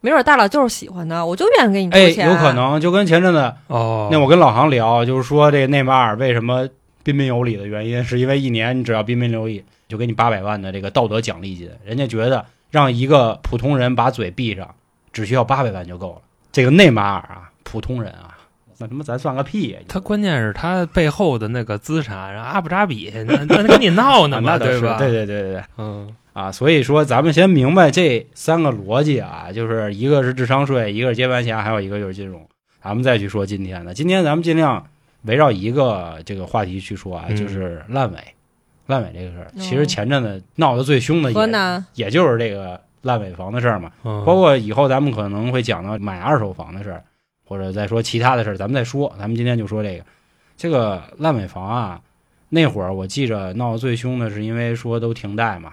Speaker 3: 没准大佬就是喜欢他，我就愿意给你
Speaker 1: 哎，
Speaker 3: 出钱，
Speaker 1: 有可。能就跟前阵子
Speaker 2: 哦
Speaker 1: 那我跟老航聊，就是说这内马尔为什么彬彬有礼的原因，是因为一年你只要彬彬有礼，就给你八百万的这个道德奖励金。人家觉得让一个普通人把嘴闭上，只需要八百万就够了。这个内马尔啊，普通人啊，那他妈咱算个屁呀！
Speaker 2: 他关键是他背后的那个资产，然后阿布扎比那那跟你闹
Speaker 1: 啊
Speaker 2: 呢嘛，
Speaker 1: 那倒是
Speaker 2: 吧？
Speaker 1: 对对对对对
Speaker 2: 嗯，
Speaker 1: 啊！所以说，咱们先明白这三个逻辑啊，就是一个是智商税，一个是接盘侠，还有一个就是金融。咱们再去说今天的，今天咱们尽量围绕一个这个话题去说啊，
Speaker 2: 嗯
Speaker 1: 就是烂尾，烂尾这个事儿。
Speaker 3: 哦
Speaker 1: 其实前阵子闹得最凶的也
Speaker 3: 河南
Speaker 1: 也就是这个烂尾房的事儿嘛，
Speaker 2: 包
Speaker 1: 包括以后咱们可能会讲到买二手房的事儿，或者再说其他的事儿，咱们再说。咱们今天就说这个，这个烂尾房啊，那会儿我记着闹得最凶的是因为说都停贷嘛，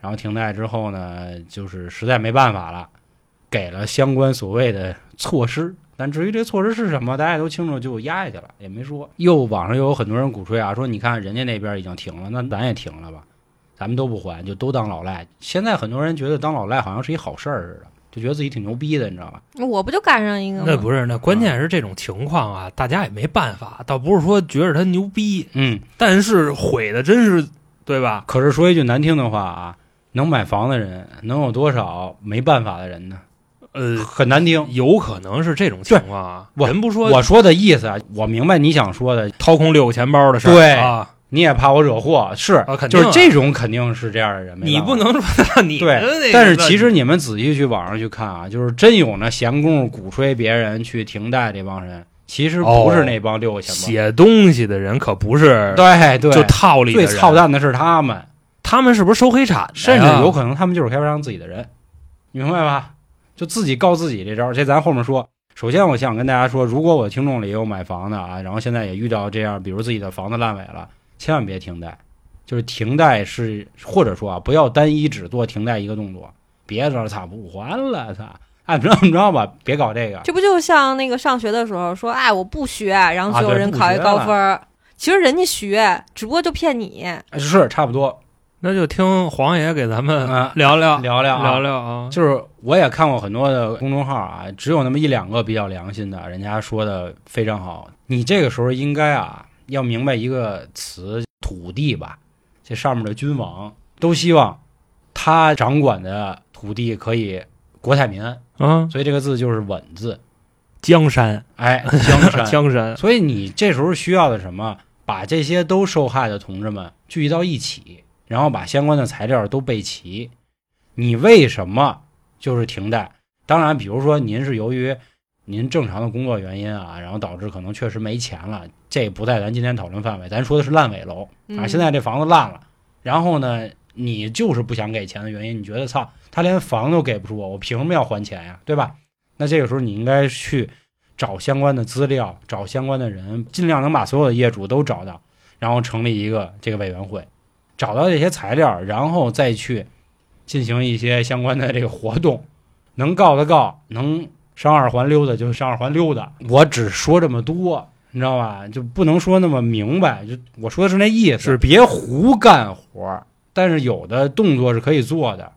Speaker 1: 然后停贷之后呢，就是实在没办法了，给了相关所谓的措施。但至于这措施是什么，大家也都清楚，就压下去了，也没说。又网上又有很多人鼓吹啊，说你看人家那边已经停了，那咱也停了吧，咱们都不还，就都当老赖。现在很多人觉得当老赖好像是一好事儿似的，就觉得自己挺牛逼的，你知道吧？
Speaker 3: 我不就赶上
Speaker 1: 嗯
Speaker 3: 一个吗？
Speaker 2: 那不是，那关键是这种情况啊，大家也没办法，倒不是说觉着他牛逼，
Speaker 1: 嗯。
Speaker 2: 但是毁的真是对吧？
Speaker 1: 可是说一句难听的话啊，能买房的人能有多少没办法的人呢？
Speaker 2: 呃，
Speaker 1: 很难听。
Speaker 2: 有可能是这种情况啊。
Speaker 1: 对我
Speaker 2: 人不说
Speaker 1: 我说的意思啊，我明白你想说的，
Speaker 2: 掏空六个钱包的事儿
Speaker 1: 对
Speaker 2: 啊，
Speaker 1: 你也怕我惹祸，是，
Speaker 2: 啊肯定
Speaker 1: 就是
Speaker 2: 啊
Speaker 1: 这种肯定是这样的人，没
Speaker 2: 你
Speaker 1: 办法
Speaker 2: 不。能说到你
Speaker 1: 对
Speaker 2: 的那个
Speaker 1: 但是其实你们仔细去网上去看啊，就是真有那闲工夫鼓吹别人去停贷这帮人，其实不
Speaker 2: 哦
Speaker 1: 是那帮六个钱
Speaker 2: 写东西的人可不是
Speaker 1: 包，对对，
Speaker 2: 就套利的
Speaker 1: 最
Speaker 2: 人，
Speaker 1: 操蛋的是他们，
Speaker 2: 他们是不是收黑产哎的呀？
Speaker 1: 甚至有可能他们就是开发商自己的人，你明白吧？就自己告自己这招儿，这咱后面说。首先，我想跟大家说，如果我听众里有买房的啊，然后现在也遇到这样，比如自己的房子烂尾了，千万别停贷。就是停贷是，或者说啊，不要单一只做停贷一个动作，别着操不还了，操，按 着按着吧，别搞这个。
Speaker 3: 这不就像那个上学的时候说，哎，我不学，然后
Speaker 1: 啊
Speaker 3: 所有
Speaker 1: 对
Speaker 3: 人
Speaker 1: 不
Speaker 3: 考一
Speaker 1: 学
Speaker 3: 高
Speaker 1: 了
Speaker 3: 分儿。其实人家学，只不过就骗你。
Speaker 1: 是差不多，
Speaker 2: 那就听黄爷给咱们
Speaker 1: 啊
Speaker 2: 聊聊
Speaker 1: 聊聊啊
Speaker 2: 聊聊啊，
Speaker 1: 就是我也看过很多的公众号啊，只有那么一两个比较良心的，人家说的非常好。你这个时候应该啊，要明白一个词“土地”吧，这上面的君王都希望他掌管的土地可以国泰民安，
Speaker 2: 啊，
Speaker 1: 所以这个字就是“稳”字。
Speaker 2: 江山，啊
Speaker 1: 哎，江山。
Speaker 2: 江山，
Speaker 1: 所以你这时候需要的什么？把这些都受害的同志们聚集到一起，然后把相关的材料都备齐。你为什么就是停贷？当然，比如说您是由于您正常的工作原因啊，然后导致可能确实没钱了，这不在咱今天讨论范围。咱说的是烂尾楼啊，
Speaker 3: 嗯
Speaker 1: 现在这房子烂了，然后呢，你就是不想给钱的原因，你觉得操，他连房都给不出我，我凭什么要还钱呀？对吧？那这个时候你应该去找相关的资料，找相关的人，尽量能把所有的业主都找到，然后成立一个这个委员会，找到这些材料，然后再去进行一些相关的这个活动，能告的告，能上二环溜达就上二环溜达。我只说这么多，你知道吧？就不能说那么明白，就我说的是那意思，
Speaker 2: 是
Speaker 1: 别胡干活儿。但是有的动作是可以做的，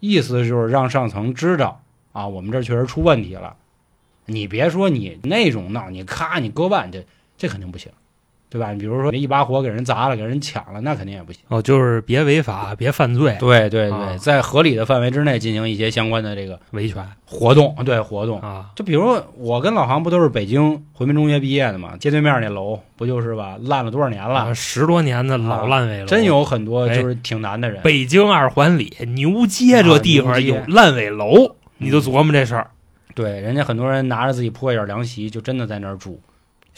Speaker 1: 意思就是让上层知道啊，我们这儿确实出问题了。你别说你那种闹，你咔你割腕，这这肯定不行。对吧？你比如说一把火给人砸了，给人抢了，那肯定也不行。
Speaker 2: 哦，就是别违法，别犯罪，
Speaker 1: 对对对，
Speaker 2: 啊
Speaker 1: 在合理的范围之内进行一些相关的这个
Speaker 2: 维权
Speaker 1: 活动，对活动。
Speaker 2: 啊，
Speaker 1: 就比如我跟老航不都是北京回民中学毕业的嘛？街对面那楼不就是吧？烂了多少年了？
Speaker 2: 啊十多年的老烂尾楼，
Speaker 1: 真有很多
Speaker 2: 哎
Speaker 1: 就是挺难的人。
Speaker 2: 北京二环里牛街这地
Speaker 1: 啊
Speaker 2: 方
Speaker 1: 牛街嗯
Speaker 2: 有烂尾楼，你就琢磨这事儿。
Speaker 1: 对，人家很多人拿着自己破一点凉席，就真的在那儿 住。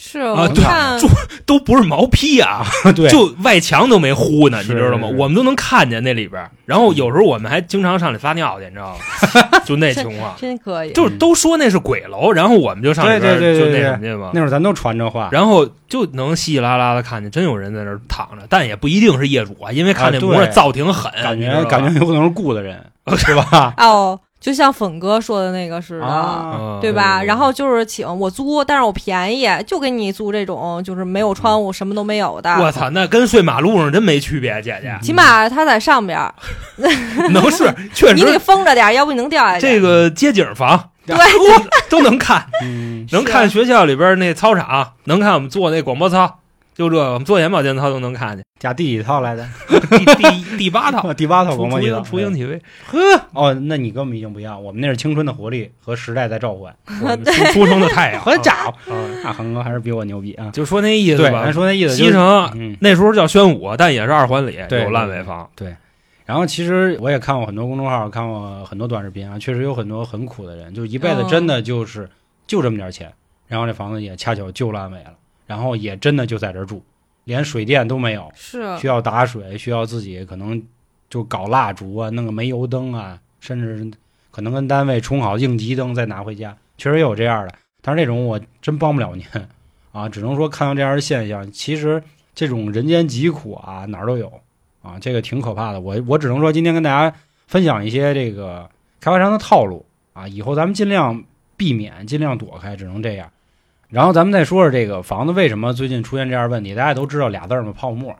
Speaker 3: 是
Speaker 2: 啊
Speaker 3: 我
Speaker 1: 对
Speaker 3: 看
Speaker 2: 住都不是毛坯啊，
Speaker 1: 对，
Speaker 2: 就外墙都没糊呢，你
Speaker 1: 是
Speaker 2: 知道吗？
Speaker 1: 是是嗯
Speaker 2: 我们都能看见那里边儿。然后有时候我们还经常上里撒尿去，你知道吗？ 就那情况，
Speaker 3: 真可以，
Speaker 2: 就是都说那是鬼楼，然后我们就上里边儿
Speaker 1: 对对对
Speaker 2: 就
Speaker 1: 对
Speaker 2: 那
Speaker 1: 对
Speaker 2: 什么去嘛。
Speaker 1: 那会儿咱都传这话。
Speaker 2: 然后就能稀稀拉拉的看见真有人在那儿躺着，但也不一定是业主啊，因为
Speaker 1: 啊
Speaker 2: 看那
Speaker 1: 对
Speaker 2: 模样造挺狠，啊
Speaker 1: 感
Speaker 2: 你知
Speaker 1: 觉
Speaker 2: 道吧
Speaker 1: 感觉有可能是雇的人，是吧？
Speaker 3: 哦，就像粉哥说的那个似的。
Speaker 1: 啊
Speaker 2: 嗯
Speaker 3: 对吧？然后就是请我租，但是我便宜，就给你租这种就是没有窗
Speaker 1: 嗯
Speaker 3: 户、什么都没有
Speaker 2: 我
Speaker 3: 的。
Speaker 2: 操，那跟睡马路上真没区别，姐 姐
Speaker 3: 起码它在上边儿，
Speaker 2: 能是确
Speaker 3: 你给
Speaker 2: 实
Speaker 3: 封着点儿，要不你能掉下去。
Speaker 2: 这个街景房
Speaker 3: 对， 啊
Speaker 2: 都能看。
Speaker 1: 嗯，
Speaker 2: 能看学校里边那操场，能看我们做那广播操，就这个我们做眼保健操都能看见。
Speaker 1: 加第几套来的？
Speaker 2: 第第第八 套，
Speaker 1: 第八套
Speaker 2: 雏
Speaker 1: 广播
Speaker 2: 雏
Speaker 1: 剧了
Speaker 2: 鹰雏鹰体位，
Speaker 1: 哦，那你跟我们已经不一样，我们那是青春的活力和时代在召唤。
Speaker 2: 我 们出出生的太阳。
Speaker 1: 好家伙，
Speaker 2: 啊，啊
Speaker 1: 那恒哥还是比我牛逼啊！
Speaker 2: 就说那意思
Speaker 1: 对，
Speaker 2: 吧
Speaker 1: 咱。说那意思
Speaker 2: 西
Speaker 1: 就是，
Speaker 2: 城啊
Speaker 1: 嗯。
Speaker 2: 那时候叫宣武，啊但也是二环里
Speaker 1: 对
Speaker 2: 有烂尾房。
Speaker 1: 然后其实我也看过很多公众号，看过很多短视频啊，确实有很多很苦的人，就一辈子
Speaker 3: 嗯
Speaker 1: 真的就是就这么点钱，然后这房子也恰巧就烂尾了，然后也真的就在这儿住，连水电都没有，
Speaker 3: 是
Speaker 1: 需要打水，需要自己可能就搞蜡烛啊，弄个煤油灯啊，甚至可能跟单位充好应急灯再拿回家，确实也有这样的。但是这种我真帮不了您啊，只能说看到这样的现象，其实这种人间疾苦啊哪儿都有啊，这个挺可怕的。我我只能说今天跟大家分享一些这个开发商的套路啊，以后咱们尽量避免，尽量躲开，只能这样。然后咱们再说说这个房子为什么最近出现这样的问题，大家都知道俩字儿嘛，泡沫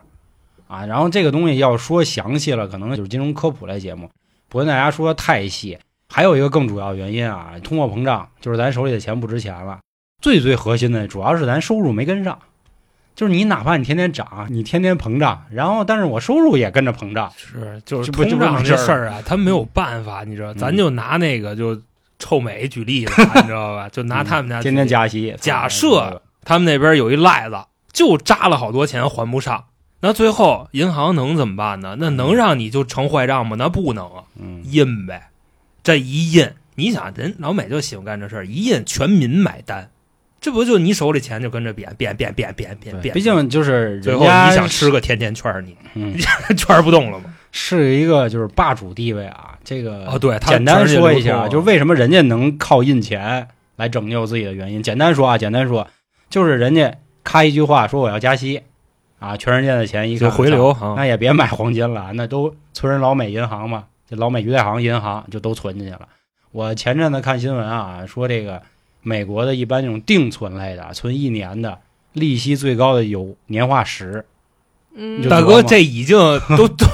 Speaker 1: 啊。然后这个东西要说详细了，可能就是金融科普类节目，不跟大家说太细。还有一个更主要原因啊，通货膨胀，就是咱手里的钱不值钱了。最最核心的，主要是咱收入没跟上，就是你哪怕你天天涨，你天天膨胀，然后但是我收入也跟着膨胀，
Speaker 2: 是，就
Speaker 1: 这
Speaker 2: 是
Speaker 1: 不
Speaker 2: 通
Speaker 1: 这
Speaker 2: 胀
Speaker 1: 不是
Speaker 2: 这
Speaker 1: 这事
Speaker 2: 事
Speaker 1: 儿
Speaker 2: 儿啊，他没有办法，你知道，
Speaker 1: 嗯
Speaker 2: 咱就拿那个就臭美举例子 啊，你知道吧？就拿他们家
Speaker 1: 嗯
Speaker 2: 举
Speaker 1: 天
Speaker 2: 例
Speaker 1: 天加息。
Speaker 2: 假设他们那边有一赖子，就扎了好多钱还不上，那最后银行能怎么办呢？那能让你就成坏账吗？那不能啊，
Speaker 1: 嗯，
Speaker 2: 印呗，这一印，你想人老美就喜欢干这事儿，一印全民买单，这不就你手里钱就跟着贬贬贬贬贬贬
Speaker 1: 对
Speaker 2: 贬，
Speaker 1: 毕竟就是人家
Speaker 2: 最后你想吃个甜甜圈儿，你
Speaker 1: 嗯
Speaker 2: 圈儿不动了吗？
Speaker 1: 是一个就是霸主地位啊，这个
Speaker 2: 哦，对，他
Speaker 1: 简单说一
Speaker 2: 全世界流
Speaker 1: 下，
Speaker 2: 通
Speaker 1: 就是为什么人家能靠印钱来拯救自己的原因。简单说啊，简单说，就是人家咔一句话说我要加息，啊，全世界的钱一
Speaker 2: 就
Speaker 1: 看
Speaker 2: 回流，啊，
Speaker 1: 那也别买黄金了，啊那都存人老美银行嘛，这老美余太行银行就都存进去了。我前阵子看新闻啊，说这个美国的一般这种定存类的，存一年的，利息最高的有年化十，
Speaker 3: 嗯
Speaker 1: 就，
Speaker 2: 大
Speaker 1: 琢
Speaker 2: 哥
Speaker 1: 磨
Speaker 2: 这已经 都都。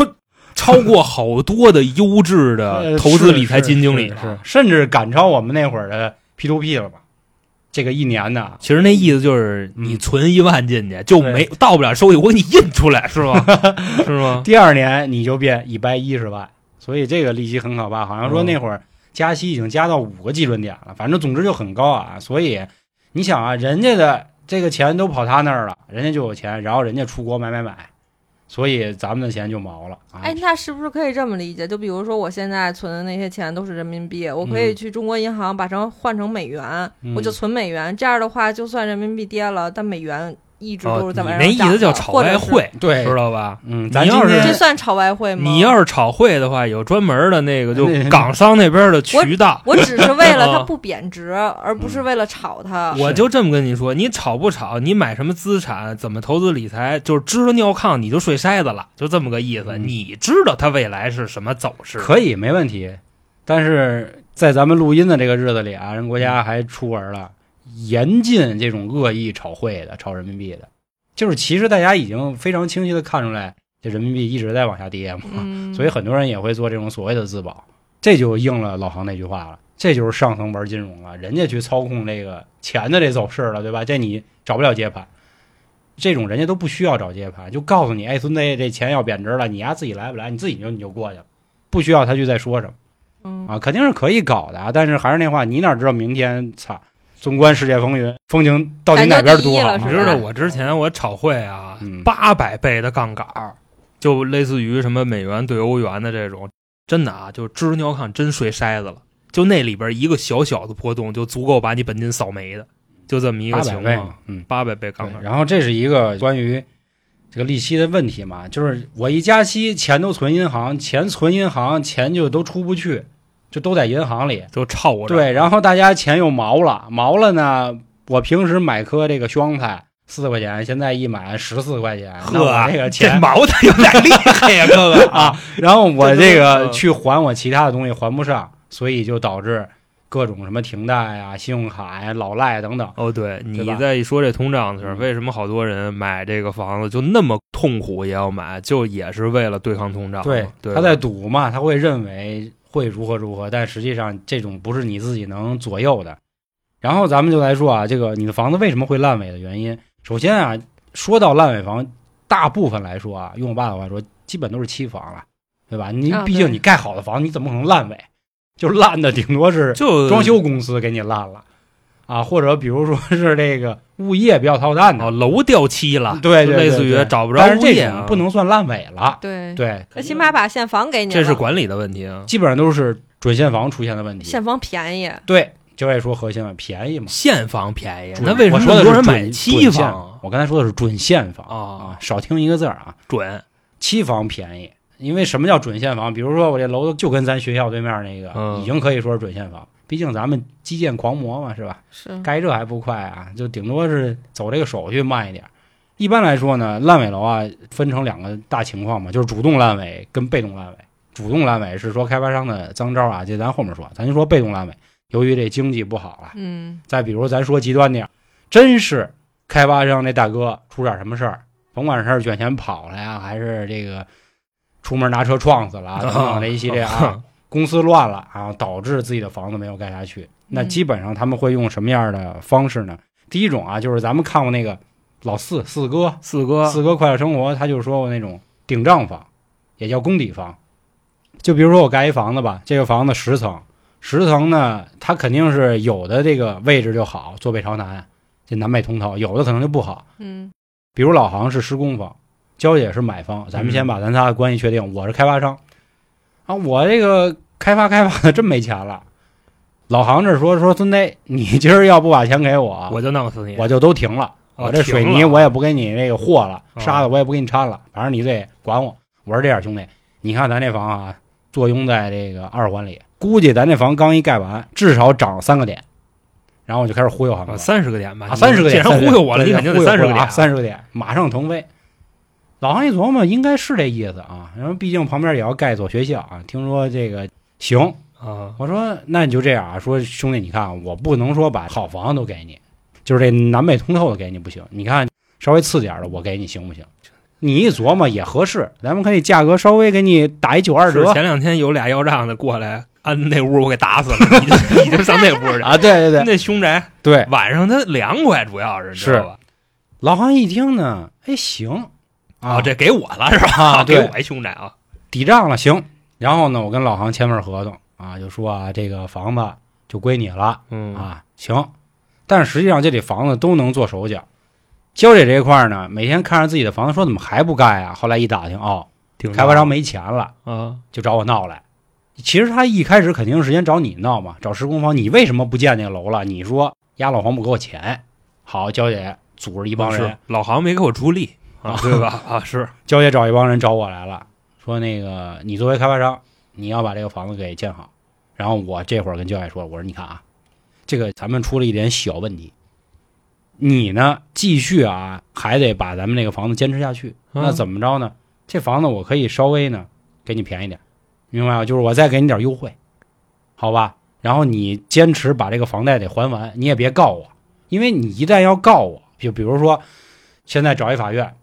Speaker 2: 超过好多的优质的
Speaker 1: 呃
Speaker 2: 投资理财基金经理
Speaker 1: 是
Speaker 2: 了，
Speaker 1: 是是甚至赶超我们那会儿的 P to P 了吧？这个一年呢，
Speaker 2: 其实那意思就是，
Speaker 1: 嗯
Speaker 2: 你存一万进去就没到不了收益，我给你印出来，是 吧？是吗？
Speaker 1: 第二年你就变一百一十万，所以这个利息很可怕。好像说那会儿加息已经加到五个基准点了，反正总之就很高啊。所以你想啊，人家的这个钱都跑他那儿了，人家就有钱，然后人家出国买买买，所以咱们的钱就毛了啊。
Speaker 3: 哎，那是不是可以这么理解？就比如说我现在存的那些钱都是人民币，我可以
Speaker 1: 嗯
Speaker 3: 去中国银行把成换成美元，我就
Speaker 1: 嗯
Speaker 3: 存美元。这样的话，就算人民币跌了，但美元一直都
Speaker 2: 哦
Speaker 3: 是
Speaker 2: 你
Speaker 3: 在往上
Speaker 2: 那意
Speaker 3: 涨
Speaker 2: 思
Speaker 3: 的
Speaker 2: 叫炒
Speaker 3: 或者
Speaker 2: 外
Speaker 3: 是
Speaker 2: 汇，
Speaker 1: 对
Speaker 2: 知，道吧？
Speaker 1: 嗯，
Speaker 2: 你
Speaker 1: 咱
Speaker 2: 要是
Speaker 1: 今
Speaker 3: 这
Speaker 1: 天
Speaker 3: 算炒外汇吗？
Speaker 2: 你要是炒汇的话，有专门的那个就
Speaker 1: 那
Speaker 2: 港商那边的渠道。
Speaker 3: 我只是为了它
Speaker 2: 啊
Speaker 3: 不贬值，而不是为了炒它。
Speaker 1: 我
Speaker 2: 我就这么跟你说，你炒不炒，你买什么资产，怎么投资理财，就是知道尿炕你就睡筛子了，就这么个意思。
Speaker 1: 嗯
Speaker 2: 你知道它未来是什么走势，
Speaker 1: 可以没问题，但是在咱们录音的这个日子里啊，人国家还出文了，严禁这种恶意炒汇的、炒人民币的。就是其实大家已经非常清晰的看出来，这人民币一直在往下跌嘛，
Speaker 3: 嗯，
Speaker 1: 啊所以很多人也会做这种所谓的自保。这就应了老航那句话了，这就是上层玩金融了，人家去操控这个钱的这走势了，对吧？这你找不了接盘。这种人家都不需要找接盘，就告诉你，哎，孙子这钱要贬值了，你丫自己来不来？你自己就你就过去了，不需要他去再说什么。
Speaker 3: 嗯
Speaker 1: 啊，肯定是可以搞的啊，但是还是那话，你哪知道明天操，纵观世界风云，风景到底哪边多好
Speaker 3: 咱就
Speaker 2: 你
Speaker 3: 第一
Speaker 2: 知
Speaker 3: 了
Speaker 2: 道
Speaker 3: 是吧
Speaker 2: 我之前我炒汇啊
Speaker 1: 嗯，
Speaker 2: 八百倍的杠杆儿，就类似于什么美元对欧元的这种，真的啊，就知识尿炕真睡筛子了。就那里边一个小小的波动，就足够把你本金扫没的，就这么一个
Speaker 1: 八百
Speaker 2: 情
Speaker 1: 倍
Speaker 2: 况
Speaker 1: 嘛。，嗯，
Speaker 2: 八百倍杠
Speaker 1: 对。
Speaker 2: 杆儿，
Speaker 1: 然后这是一个关于这个利息的问题嘛，就是我一加息，钱都存银行，钱存银行，钱就都出不去，就都在银行里。
Speaker 2: 就超我这儿
Speaker 1: 对，然后大家钱又毛了，毛了呢，我平时买颗这个香菜四块钱，现在一买十四块钱，那我
Speaker 2: 呵，
Speaker 1: 这个
Speaker 2: 这
Speaker 1: 钱
Speaker 2: 毛啊的有点厉害呀，哥 哥啊！
Speaker 1: 啊，然后我这
Speaker 2: 这
Speaker 1: 个
Speaker 2: 都是嗯
Speaker 1: 去还我其他的东西还不上，所以就导致各种什么停贷呀、信用卡呀、老赖等等。
Speaker 2: 哦，对，你
Speaker 1: 吧
Speaker 2: 在一说这通胀的时候，
Speaker 1: 嗯
Speaker 2: 为什么好多人买这个房子就那么痛苦也要买，就也是为了对抗通胀嘛？
Speaker 1: 对，
Speaker 2: 对
Speaker 1: 他在赌嘛，他会认为会如何如何，但实际上这种不是你自己能左右的。然后咱们就来说啊，这个你的房子为什么会烂尾的原因，首先啊，说到烂尾房，大部分来说啊，用我爸的话说，基本都是期房了，对吧？你
Speaker 3: 啊
Speaker 1: 毕
Speaker 3: 对
Speaker 1: 竟你盖好的房，你怎么可能烂尾？就烂的顶多是
Speaker 2: 就
Speaker 1: 装修公司给你烂了啊，或者比如说 是这个物业比较操蛋
Speaker 2: 哦，
Speaker 1: 的，
Speaker 2: 楼掉漆了，
Speaker 1: 对
Speaker 2: 就
Speaker 1: 对
Speaker 2: 类
Speaker 1: 对
Speaker 2: 似于
Speaker 1: 对
Speaker 2: 找不着
Speaker 1: 但是
Speaker 2: 物
Speaker 1: 这
Speaker 2: 业啊
Speaker 1: 种不，能算烂尾了，
Speaker 3: 对，
Speaker 1: 对，
Speaker 3: 他起码把现房给你了，
Speaker 2: 这是管理的问题啊。
Speaker 1: 基本上都是准现房出现的问题。
Speaker 3: 现房便宜，
Speaker 1: 对，就爱说核心了，便宜嘛。
Speaker 2: 现房便宜，
Speaker 1: 准
Speaker 2: 那为什么
Speaker 1: 我
Speaker 2: 那
Speaker 1: 说
Speaker 2: 么
Speaker 1: 的
Speaker 2: 多
Speaker 1: 是
Speaker 2: 人
Speaker 1: 准
Speaker 2: 买期
Speaker 1: 准现
Speaker 2: 房
Speaker 1: 我刚才说的是准现
Speaker 2: 啊？
Speaker 1: 房啊
Speaker 2: 哦，
Speaker 1: 少听一个字儿啊，
Speaker 2: 准，
Speaker 1: 期房便宜。因为什么叫准现房？比如说我这楼就跟咱学校对面那个，
Speaker 2: 嗯
Speaker 1: 已经可以说是准现房。毕竟咱们基建狂魔嘛，是吧？
Speaker 3: 是
Speaker 1: 该这还不快啊，就顶多是走这个手续慢一点儿。一般来说呢，烂尾楼啊分成两个大情况嘛，就是主动烂尾跟被动烂尾。主动烂尾是说开发商的脏招啊，这咱后面说，咱就说被动烂尾。由于这经济不好了，
Speaker 3: 嗯，
Speaker 1: 再比如咱说极端点儿，真是开发商那大哥出点什么事儿，甭管是卷钱跑了呀，还是这个出门拿车撞死了啊等等这一系列 啊，公司乱了啊，导致自己的房子没有盖下去，那基本上他们会用什么样的方式呢？第一种啊，就是咱们看过那个老四四哥，
Speaker 2: 四哥
Speaker 1: 四哥快乐生活，他就说过那种顶账房，也叫公底房。就比如说我盖一房子吧，这个房子十层，十层呢，它肯定是有的这个位置就好，坐北朝南，这南北通透；有的可能就不好。
Speaker 3: 嗯
Speaker 1: 比如老杭是施工方，娇姐是买方，咱们先
Speaker 2: 嗯
Speaker 1: 把咱仨的关系确定。我是开发商，啊，我这个开发开发的真没钱了。老杭这说说孙子，你今儿要不把钱给我，
Speaker 2: 我就弄死你，啊
Speaker 1: 我就都停了。啊哦我这水泥我也不给你那个和了，沙子我也不给你掺了，反正你得管我。我说这样，兄弟，你看咱这房啊，坐拥在这个二环里，估计咱这房刚一盖完，至少涨三个点。然后我就开始忽悠他们了，
Speaker 2: 三十个点吧，
Speaker 1: 啊，三十个点，
Speaker 2: 既然忽悠我了，
Speaker 1: 对
Speaker 2: 你肯定得
Speaker 1: 忽悠
Speaker 2: 三十个
Speaker 1: 我了
Speaker 2: 点
Speaker 1: 啊，三十个点，马上腾飞。老行一琢磨，应该是这意思啊，然后毕竟旁边也要盖一所学校啊，听说这个行，
Speaker 2: 啊，
Speaker 1: 我说那你就这样啊，说兄弟，你看啊我不能说把好房子都给你，就是这南北通透的给你不行，你看稍微次点儿的我给你行不行？你一琢磨也合适，咱们可以价格稍微给你打一九二
Speaker 2: 是
Speaker 1: 折
Speaker 2: 前两天有俩要账的过来，按那屋我给打死了，你就你就上那屋去。
Speaker 1: 啊，对对对
Speaker 2: 那凶宅
Speaker 1: 对。
Speaker 2: 晚上它凉快，主要是你知道吧？啊
Speaker 1: 老行一听呢，哎行，啊
Speaker 2: 哦，这给我了是吧？
Speaker 1: 啊
Speaker 2: 给
Speaker 1: 对
Speaker 2: 我一凶宅啊，
Speaker 1: 抵账了行，然后呢我跟老行签份合同啊，就说啊这个房子就归你了。
Speaker 2: 嗯，
Speaker 1: 啊，行。但是实际上这里房子都能做手脚。娇姐这一块儿呢，每天看着自己的房子说怎么还不盖啊？后来一打听，哦，
Speaker 2: 挺
Speaker 1: 开发商没钱了，
Speaker 2: 啊，
Speaker 1: 就找我闹来。其实他一开始肯定是先找你闹嘛，找施工方，你为什么不建那个楼了？你说丫老黄不给我钱，好，娇姐组织一帮人
Speaker 2: 是，老行没给我出力啊，对吧？啊， 是
Speaker 1: 娇姐找一帮人找我来了，说那个你作为开发商，你要把这个房子给建好。然后我这会儿跟娇姐说，我说你看啊，这个咱们出了一点小问题，你呢继续啊，还得把咱们这个房子坚持下去。
Speaker 2: 嗯
Speaker 1: 那怎么着呢？这房子我可以稍微呢给你便宜点，明白吗？就是我再给你点优惠，好吧？然后你坚持把这个房贷得还完，你也别告我，因为你一旦要告我，就比如说现在找一法院，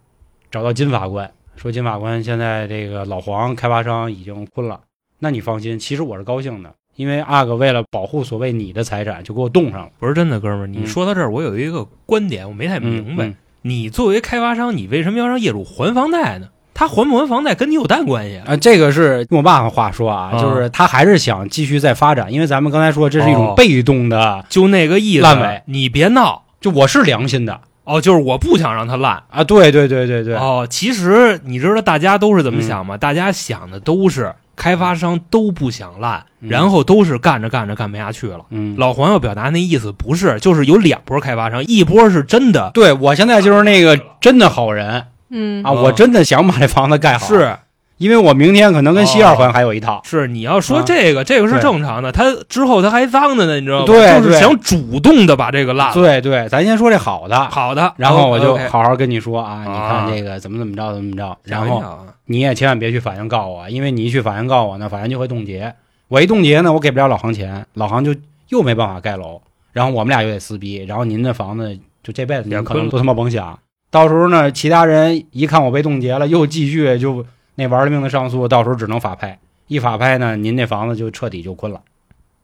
Speaker 1: 找到金法官，说金法官现在这个老黄开发商已经昏了，那你放心，其实我是高兴的，因为阿哥为了保护所谓你的财产，就给我冻上了。
Speaker 2: 不是真的，哥们儿？
Speaker 1: 嗯
Speaker 2: 你说到这儿，我有一个观点，我没太明白
Speaker 1: 嗯，
Speaker 2: 你作为开发商，你为什么要让业主还房贷呢？他还不还房贷跟你有蛋关系啊？
Speaker 1: 啊，这个是用我爸的话说啊，
Speaker 2: 啊
Speaker 1: 就是他还是想继续再发展，因为咱们刚才说这是一种
Speaker 2: 哦
Speaker 1: 被动的，
Speaker 2: 就那个意思，
Speaker 1: 烂尾
Speaker 2: 你别闹
Speaker 1: 就我是良心的
Speaker 2: 哦，就是我不想让他烂
Speaker 1: 啊，对对对对嗯对，
Speaker 2: 哦。其实你知道大家都是怎么想吗？大家想的都是开发商都不想烂，
Speaker 1: 嗯
Speaker 2: 然后都是干着干着干不下去了。
Speaker 1: 嗯，
Speaker 2: 老黄要表达那意思不是，就是有两波开发商，一波是真的
Speaker 1: 对我现在就是那个真的好人
Speaker 3: 嗯
Speaker 1: 啊，
Speaker 2: 嗯
Speaker 1: 我真的想把这房子盖好，
Speaker 2: 是哦
Speaker 1: 因为我明天可能跟西二环还有一套，
Speaker 2: 是你要说
Speaker 1: 啊
Speaker 2: 这个，这个是
Speaker 1: 对
Speaker 2: 正常的。他之后他还脏的呢，你知道吗？
Speaker 1: 对
Speaker 2: 就是
Speaker 1: 对
Speaker 2: 想主动的把这个烂了。
Speaker 1: 对对，咱先说这好的。
Speaker 2: 好的，
Speaker 1: 然后我就
Speaker 2: 哦 OK，
Speaker 1: 好好跟你说啊，你看
Speaker 2: 啊
Speaker 1: 这个怎么怎么着，怎么怎么着，
Speaker 2: 想
Speaker 1: 然
Speaker 2: 一
Speaker 1: 后
Speaker 2: 想啊
Speaker 1: 你也千万别去法院告我，因为你一去法院告我呢，法院就会冻结。我一冻结呢，我给不了老行钱，老行就又没办法盖楼，然后我们俩又得撕逼，然后您的房子就这辈子您可能都他妈甭想。到时候呢，其他人一看我被冻结了，又继续就那玩了命的上诉，到时候只能法拍。一法拍呢，您那房子就彻底就困了，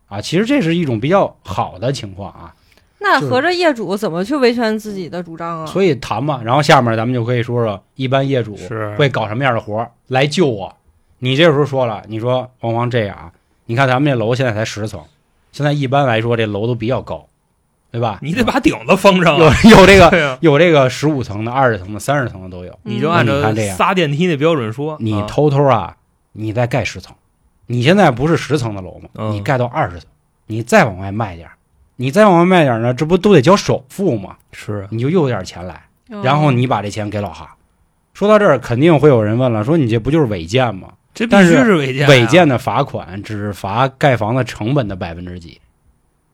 Speaker 1: 啊，其实这是一种比较好的情况啊，
Speaker 3: 那
Speaker 1: 就是
Speaker 3: 合着业主怎么去维权自己的主
Speaker 2: 嗯
Speaker 3: 张啊？
Speaker 1: 所以谈嘛。然后下面咱们就可以说说一般业主
Speaker 2: 是
Speaker 1: 会搞什么样的活儿来救我？你这时候说了，你说黄黄这样啊，你看咱们这楼现在才十层，现在一般来说这楼都比较高，对吧？
Speaker 2: 你得把顶子封上啊。
Speaker 1: 有有这个
Speaker 2: 对呀，
Speaker 1: 有这个十五层的、二十层的、三十层的都有。
Speaker 3: 嗯
Speaker 2: 你就按
Speaker 1: 你
Speaker 2: 照
Speaker 1: 看这样
Speaker 2: 仨电梯那标准说，
Speaker 1: 你
Speaker 2: 啊
Speaker 1: 偷偷啊，你再盖十层，你现在不是十层的楼吗？
Speaker 2: 嗯
Speaker 1: 你盖到二十层，你再往外卖点儿，你再往外卖点儿呢，这不都得交首付吗？
Speaker 2: 是
Speaker 1: 你就又有点钱来。
Speaker 3: 嗯
Speaker 1: 然后你把这钱给老哈。说到这儿，肯定会有人问了，说你这不就是违建吗？
Speaker 2: 这必
Speaker 1: 但
Speaker 2: 须
Speaker 1: 是
Speaker 2: 是违建啊，
Speaker 1: 违建的罚款只罚盖房的成本的百分之几，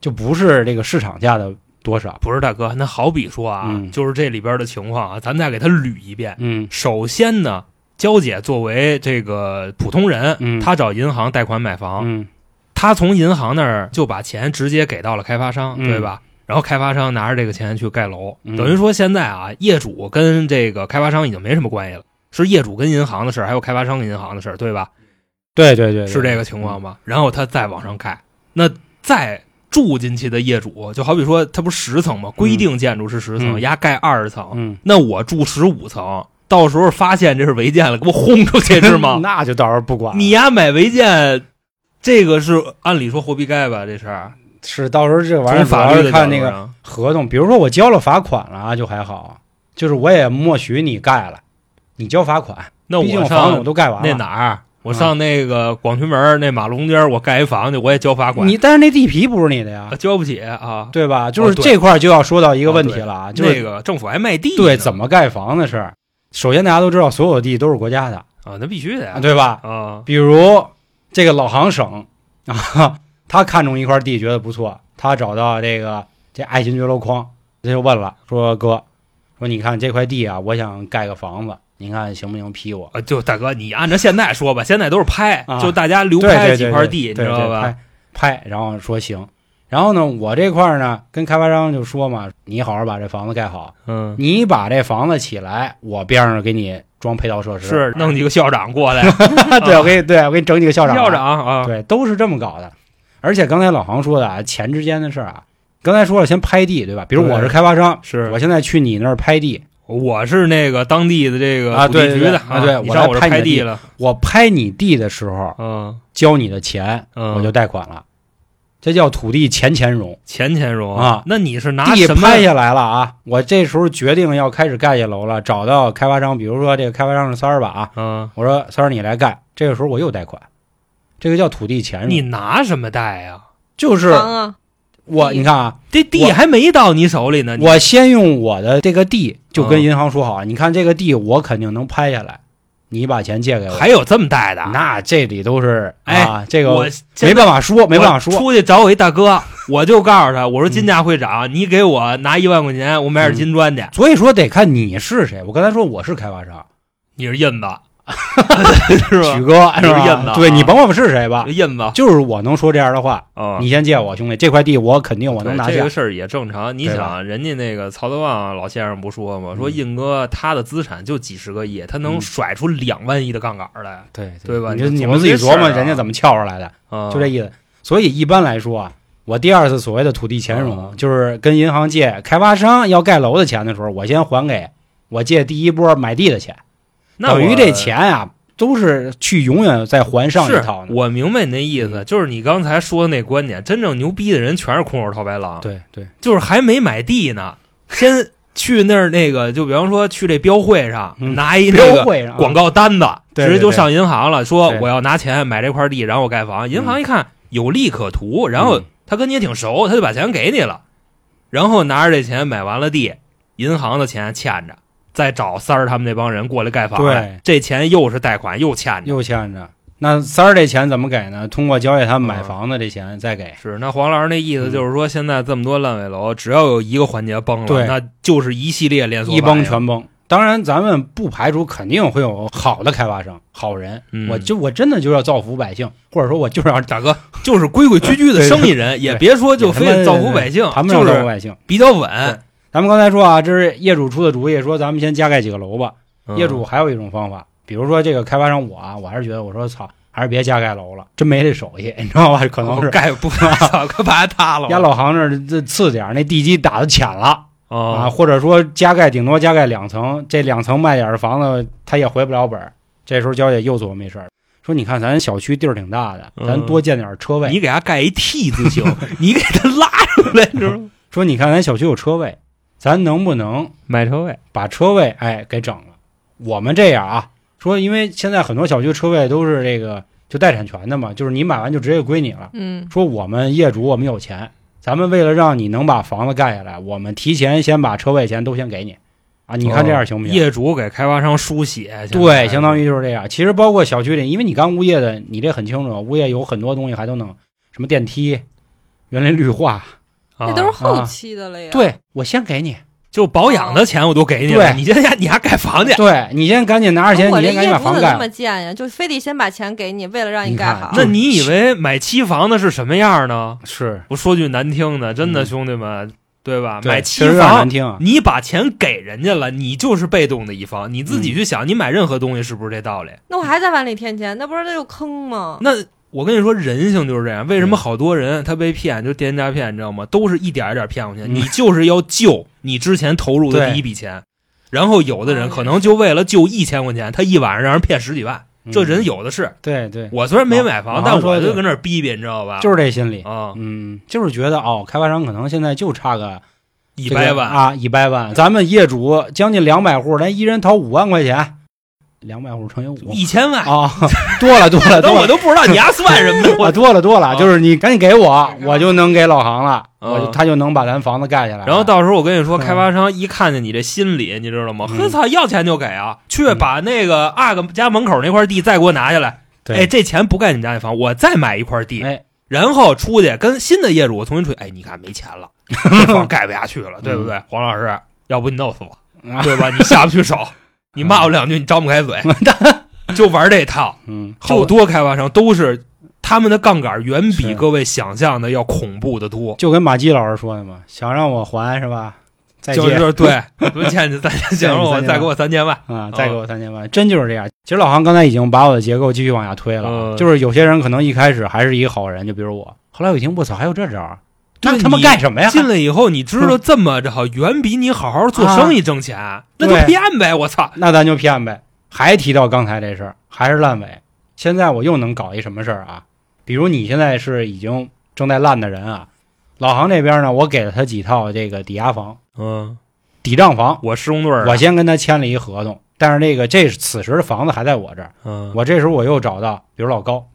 Speaker 1: 就不是这个市场价的多少。
Speaker 2: 不是大哥。那好比说啊
Speaker 1: 嗯，
Speaker 2: 就是这里边的情况啊，咱再给他捋一遍。
Speaker 1: 嗯
Speaker 2: 首先呢，娇姐作为这个普通人，
Speaker 1: 嗯
Speaker 2: 她找银行贷款买房，
Speaker 1: 嗯
Speaker 2: 他从银行那儿就把钱直接给到了开发商，
Speaker 1: 嗯
Speaker 2: 对吧？然后开发商拿着这个钱去盖楼，
Speaker 1: 嗯
Speaker 2: 等于说现在啊，业主跟这个开发商已经没什么关系了，是业主跟银行的事儿，还有开发商跟银行的事儿，对吧？
Speaker 1: 对对对，对嗯
Speaker 2: 是这个情况。吧？然后他再往上盖，那再住进去的业主，就好比说他不是十层吗？规定建筑是十层，
Speaker 1: 嗯
Speaker 2: 压盖二十层，
Speaker 1: 嗯，
Speaker 2: 那我住十五层，到时候发现这是违建了，给我轰出去是 吗？
Speaker 1: 那就到时候不管了
Speaker 2: 你呀买违建，这个是按理说活必盖吧？这是
Speaker 1: 是到时候这玩意儿
Speaker 2: 从
Speaker 1: 主
Speaker 2: 法
Speaker 1: 要
Speaker 2: 律
Speaker 1: 是
Speaker 2: 的
Speaker 1: 看
Speaker 2: 角
Speaker 1: 那
Speaker 2: 度
Speaker 1: 个
Speaker 2: 上
Speaker 1: 合同，比如说我交了罚款了啊，就还好，就是我也默许你盖了，你交罚款，
Speaker 2: 那
Speaker 1: 毕竟
Speaker 2: 我
Speaker 1: 房子我
Speaker 2: 上
Speaker 1: 都盖完
Speaker 2: 那
Speaker 1: 了。
Speaker 2: 哪儿？
Speaker 1: 嗯
Speaker 2: 我上那个广渠门儿那马路中间儿，我盖一房去，我也交罚款，
Speaker 1: 你但是那地皮不是你的呀
Speaker 2: 啊，交不起啊。
Speaker 1: 对吧？就是
Speaker 2: 对哦
Speaker 1: 这块儿就要说到一个问题了啊，就是
Speaker 2: 那个政府还卖地呢，
Speaker 1: 对怎么盖房的事儿。首先，大家都知道所有地都是国家的，
Speaker 2: 啊？那必须的呀，
Speaker 1: 对吧？
Speaker 2: 啊，
Speaker 1: 比如这个老行省啊，他看中一块地觉得不错，他找到这个这爱新觉罗匡，他就问了，说哥，说你看这块地啊，我想盖个房子，您看行不行批我？
Speaker 2: 啊就大哥，你按照现在说吧，现在都是拍
Speaker 1: 啊，
Speaker 2: 就大家流
Speaker 1: 对
Speaker 2: 拍
Speaker 1: 对
Speaker 2: 几
Speaker 1: 对
Speaker 2: 块
Speaker 1: 对，
Speaker 2: 地，你
Speaker 1: 对
Speaker 2: 知道？
Speaker 1: 对
Speaker 2: 吧？
Speaker 1: 拍拍，然后说行。然后呢，我这块儿呢，跟开发商就说嘛，你好好把这房子盖好，
Speaker 2: 嗯，
Speaker 1: 你把这房子起来，我边上给你装配套设施。
Speaker 2: 是弄几个校长过来，
Speaker 1: 对，我给你，对我给你整几个校长啊。
Speaker 2: 校长啊，
Speaker 1: 对，都是这么搞的。而且刚才老航说的啊，钱之间的事儿啊，刚才说了，先拍地，对吧？比如
Speaker 2: 对
Speaker 1: 我是开发商，
Speaker 2: 是
Speaker 1: 我现在去你那儿拍地，
Speaker 2: 我是那个当地的这个
Speaker 1: 啊
Speaker 2: 土地
Speaker 1: 对
Speaker 2: 局
Speaker 1: 对
Speaker 2: 的
Speaker 1: 对啊对
Speaker 2: 你
Speaker 1: 我
Speaker 2: 上
Speaker 1: 来
Speaker 2: 我这
Speaker 1: 拍你
Speaker 2: 拍
Speaker 1: 的地
Speaker 2: 了，
Speaker 1: 我拍你地的时候
Speaker 2: 嗯
Speaker 1: 交你的钱，
Speaker 2: 嗯，
Speaker 1: 我就贷款了，这叫土地钱钱融。
Speaker 2: 钱钱荣
Speaker 1: 啊
Speaker 2: 那你是拿
Speaker 1: 地
Speaker 2: 什么
Speaker 1: 拍下来了啊，我这时候决定要开始盖下楼了，找到开发商，比如说这个开发商是三儿吧啊，
Speaker 2: 嗯，
Speaker 1: 我说三儿你来盖，这个时候我又贷款，这个叫土地钱融。
Speaker 2: 你拿什么贷呀、
Speaker 1: 就是
Speaker 3: 房啊，
Speaker 1: 我，你看啊，
Speaker 2: 这地
Speaker 1: 我
Speaker 2: 还没到你手里呢，你
Speaker 1: 我先用我的这个地，就跟银行说好，你看这个地我肯定能拍下来，你把钱借给我。
Speaker 2: 还有这么贷的？
Speaker 1: 那这里都是
Speaker 2: 哎
Speaker 1: 啊，这
Speaker 2: 我
Speaker 1: 个
Speaker 2: 现
Speaker 1: 没办法说，
Speaker 2: 在
Speaker 1: 没办法
Speaker 2: 我
Speaker 1: 说。嗯
Speaker 2: 出去找我一大哥，我就告诉他，我说金价会涨，你给我拿一万块钱，我买点金砖去。
Speaker 1: 所以说得看你是谁。我刚才说我是开发商，
Speaker 2: 你是印子， 是
Speaker 1: 许哥
Speaker 2: 吧？你
Speaker 1: 是
Speaker 2: 是
Speaker 1: 吧
Speaker 2: 燕子啊
Speaker 1: 对你甭管我是谁吧，
Speaker 2: 印子
Speaker 1: 就是我能说这样的话，
Speaker 2: 啊
Speaker 1: 你先借我兄弟这块地，我肯定我能拿
Speaker 2: 对这
Speaker 1: 下
Speaker 2: 个。事儿也正常。你
Speaker 1: 对吧
Speaker 2: 想，人家那个曹德旺啊老先生不说吗？
Speaker 1: 嗯
Speaker 2: 说印哥他的资产就几十个亿，他能
Speaker 1: 嗯
Speaker 2: 甩出两万亿的杠杆来
Speaker 1: 对
Speaker 2: 对吧
Speaker 1: 你就
Speaker 2: 你
Speaker 1: 你
Speaker 2: 琢磨
Speaker 1: 们自己
Speaker 2: 这事
Speaker 1: 琢
Speaker 2: 儿
Speaker 1: 磨
Speaker 2: 啊
Speaker 1: 人家怎么撬出来的，
Speaker 2: 啊！
Speaker 1: 就这意思。所以一般来说啊，我第二次所谓的土地钱融，
Speaker 2: 啊
Speaker 1: 就是跟银行借开发商要盖楼的钱的时候，我先还给我借第一波买地的钱，
Speaker 2: 那
Speaker 1: 等于
Speaker 2: 我
Speaker 1: 这钱啊，都是去永远再还上一套呢。
Speaker 2: 是
Speaker 1: 嗯
Speaker 2: 我明白你那意思，就是你刚才说的那观点，真正牛逼的人全是空手套白狼，
Speaker 1: 对对，
Speaker 2: 就是还没买地呢，先去那儿那个，就比方说去这标会上、
Speaker 1: 嗯
Speaker 2: 拿一那
Speaker 1: 标
Speaker 2: 个
Speaker 1: 会上啊
Speaker 2: 广告单子，
Speaker 1: 对
Speaker 2: 直接
Speaker 1: 对
Speaker 2: 就
Speaker 1: 对
Speaker 2: 上银行了，说
Speaker 1: 对
Speaker 2: 我要拿钱买这块地，然后我盖房。银行一看有利可图，然后
Speaker 1: 嗯
Speaker 2: 他跟你也挺熟，他就把钱给你了，然后拿着这钱买完了地，银行的钱欠着。再找三儿他们那帮人过来盖房来，这钱又是贷款又欠着，
Speaker 1: 又欠着。那三儿这钱怎么给呢？通过交易他们买房的这钱再给。
Speaker 2: 是，那黄老师那意
Speaker 1: 嗯
Speaker 2: 思就是说，现在这么多烂尾楼，只要有一个环节崩了，
Speaker 1: 对
Speaker 2: 那就是一系列连锁
Speaker 1: 一
Speaker 2: 崩
Speaker 1: 崩全崩。当然，咱们不排除肯定会有好的开发商、好人。
Speaker 2: 嗯啊
Speaker 1: 我就我真的就要造福百姓，或者说我就是要
Speaker 2: 大哥就是规规矩矩 的生意人，也别说就非得造福百姓
Speaker 1: 他，们要
Speaker 2: 就
Speaker 1: 造福
Speaker 2: 是
Speaker 1: 百姓。
Speaker 2: 比较稳。
Speaker 1: 咱们刚才说啊，这是业主出的主意，说咱们先加盖几个楼吧。
Speaker 2: 嗯
Speaker 1: 业主还有一种方法，比如说这个开发商我啊，我还是觉得我说操，还是别加盖楼了，真没这手艺， 你知道吧？可能是
Speaker 2: 哦盖 不好，快把它塌了。
Speaker 1: 压老行这儿这次点儿那地基打的浅了。啊，
Speaker 2: 啊，
Speaker 1: 或者说加盖顶多加盖两层，这两层卖点儿房子他也回不了本儿。这时候交警又琢磨一事儿，说你看咱小区地儿挺大的，咱
Speaker 2: 嗯
Speaker 1: 多建点儿车位。
Speaker 2: 你给它盖一 T 字形，你给它拉出来，知道吗？
Speaker 1: 说你看咱小区有车位，咱能不能
Speaker 2: 买车位，
Speaker 1: 把车位哎给整了？我们这样啊，说因为现在很多小区车位都是这个就带产权的嘛，就是你买完就直接归你了。
Speaker 3: 嗯
Speaker 1: 说我们业主我们有钱，咱们为了让你能把房子盖下来，我们提前先把车位钱都先给你啊，你看这样行不行？
Speaker 2: 哦业主给开发商输血，
Speaker 1: 对，相当
Speaker 2: 于
Speaker 1: 于就是这样。其实包括小区里，因为你干物业的，你这很清楚，物业有很多东西还都能，什么电梯、园林绿化，
Speaker 3: 那都是后期的了呀。，
Speaker 1: 啊对我先给你，
Speaker 2: 啊就保养的钱我都给你了，
Speaker 1: 对
Speaker 2: 你现在你还盖房去？
Speaker 1: 对你先赶紧拿着钱，
Speaker 3: 我
Speaker 1: 你
Speaker 3: 这
Speaker 1: 先赶紧把
Speaker 3: 业主
Speaker 1: 房
Speaker 3: 怎么那
Speaker 1: 盖了
Speaker 3: 么。贱呀？就非得先把钱给你，为了让
Speaker 1: 你
Speaker 3: 盖
Speaker 1: 看
Speaker 3: 好。
Speaker 2: 那你以为买期房的是什么样呢？
Speaker 1: 是，
Speaker 2: 我说句难听的，真的
Speaker 1: 嗯
Speaker 2: 兄弟们，对吧？
Speaker 1: 对
Speaker 2: 买
Speaker 1: 其
Speaker 2: 期
Speaker 1: 实有点难
Speaker 2: 房，
Speaker 1: 听啊。
Speaker 2: 你把钱给人家了，你就是被动的一方。你
Speaker 1: 嗯
Speaker 2: 自己去想，你买任何东西是不是这道理？
Speaker 3: 那我还在碗里添钱，那不是那就坑吗？
Speaker 2: 那我跟你说，人性就是这样。为什
Speaker 1: 嗯
Speaker 2: 么好多人他被骗，就店家骗，你知道吗？都是一点一点骗过去。
Speaker 1: 嗯
Speaker 2: 你就是要救你之前投入的第一笔钱，然后有的
Speaker 1: 哎
Speaker 2: 人可能就为了救一千块钱，他一晚上让人骗十几万，这人
Speaker 1: 有
Speaker 2: 有的是。
Speaker 1: 嗯对对，
Speaker 2: 我虽然没买
Speaker 1: 老
Speaker 2: 房，但
Speaker 1: 老
Speaker 2: 我
Speaker 1: 嗯实说
Speaker 2: 就跟那儿逼逼，你知道吧？
Speaker 1: 就是这心理。
Speaker 2: 啊，
Speaker 1: 嗯，就是觉得哦，开发商可能现在就差个
Speaker 2: 一
Speaker 1: 这个
Speaker 2: 百万，
Speaker 1: 啊，一百万。咱们业主将近两百户，咱一人掏五万块钱，两百户乘以五
Speaker 2: 一千万，
Speaker 1: 啊，多了多了
Speaker 2: 那
Speaker 1: 多了
Speaker 2: 我。都 不知道你丫算什么呢？
Speaker 1: 啊，多了多了，
Speaker 2: 啊
Speaker 1: 就是你赶紧给我，我就能给老行了，
Speaker 2: 嗯
Speaker 1: 我就他就能把咱房子盖下来。
Speaker 2: 然后到时候我跟你说，
Speaker 1: 嗯
Speaker 2: 开发商一看见你这心理，你知道吗？
Speaker 1: 嗯
Speaker 2: 呵，操，要钱就给啊！去
Speaker 1: 嗯
Speaker 2: 把那个阿哥家门口那块地再给我拿下来。
Speaker 1: 对
Speaker 2: 哎，这钱不盖你们家那房，我再买一块地，
Speaker 1: 哎，
Speaker 2: 然后出去跟新的业主重新吹。哎，你看没钱了， 这房盖不下去了，对不对？黄老师，要不你弄死我，
Speaker 1: 嗯啊
Speaker 2: 对吧？你下不去手， 你骂我两句，你张不开嘴， 就玩这套。
Speaker 1: 嗯，
Speaker 2: 好
Speaker 1: 就
Speaker 2: 多开发商都是他们的杠杆远比
Speaker 1: 是
Speaker 2: 各位想象的要恐怖的多。
Speaker 1: 就跟马季老师说的嘛，想让我还是吧？再
Speaker 2: 就
Speaker 1: 借
Speaker 2: 是对，不欠你三千，想让我再给我三千万。
Speaker 1: 啊，再给我三千万，真就是这样。其实老行刚才已经把我的结构继续往下推了
Speaker 2: 嗯，
Speaker 1: 就是有些人可能一开始还是一个好人，就比如我，后来我一听，我操，还有这招儿，
Speaker 2: 对
Speaker 1: 那他妈
Speaker 2: 你
Speaker 1: 干什哎么呀？
Speaker 2: 进来以后，你知道这么着远比你好好
Speaker 1: 啊
Speaker 2: 做生意挣钱，那就骗呗！我操，
Speaker 1: 那咱就骗呗。还提到刚才这事儿，还是烂尾。现在我又能搞一什么事儿啊？比如你现在是已经正在烂的人啊，老行这边呢，我给了他几套这个抵押房、
Speaker 2: 嗯，
Speaker 1: 抵账房，
Speaker 2: 我施工队儿，啊
Speaker 1: 我先跟他签了一合同。但是这个这此时的房子还在我这儿，
Speaker 2: 嗯，
Speaker 1: 我这时候我又找到，比如老高，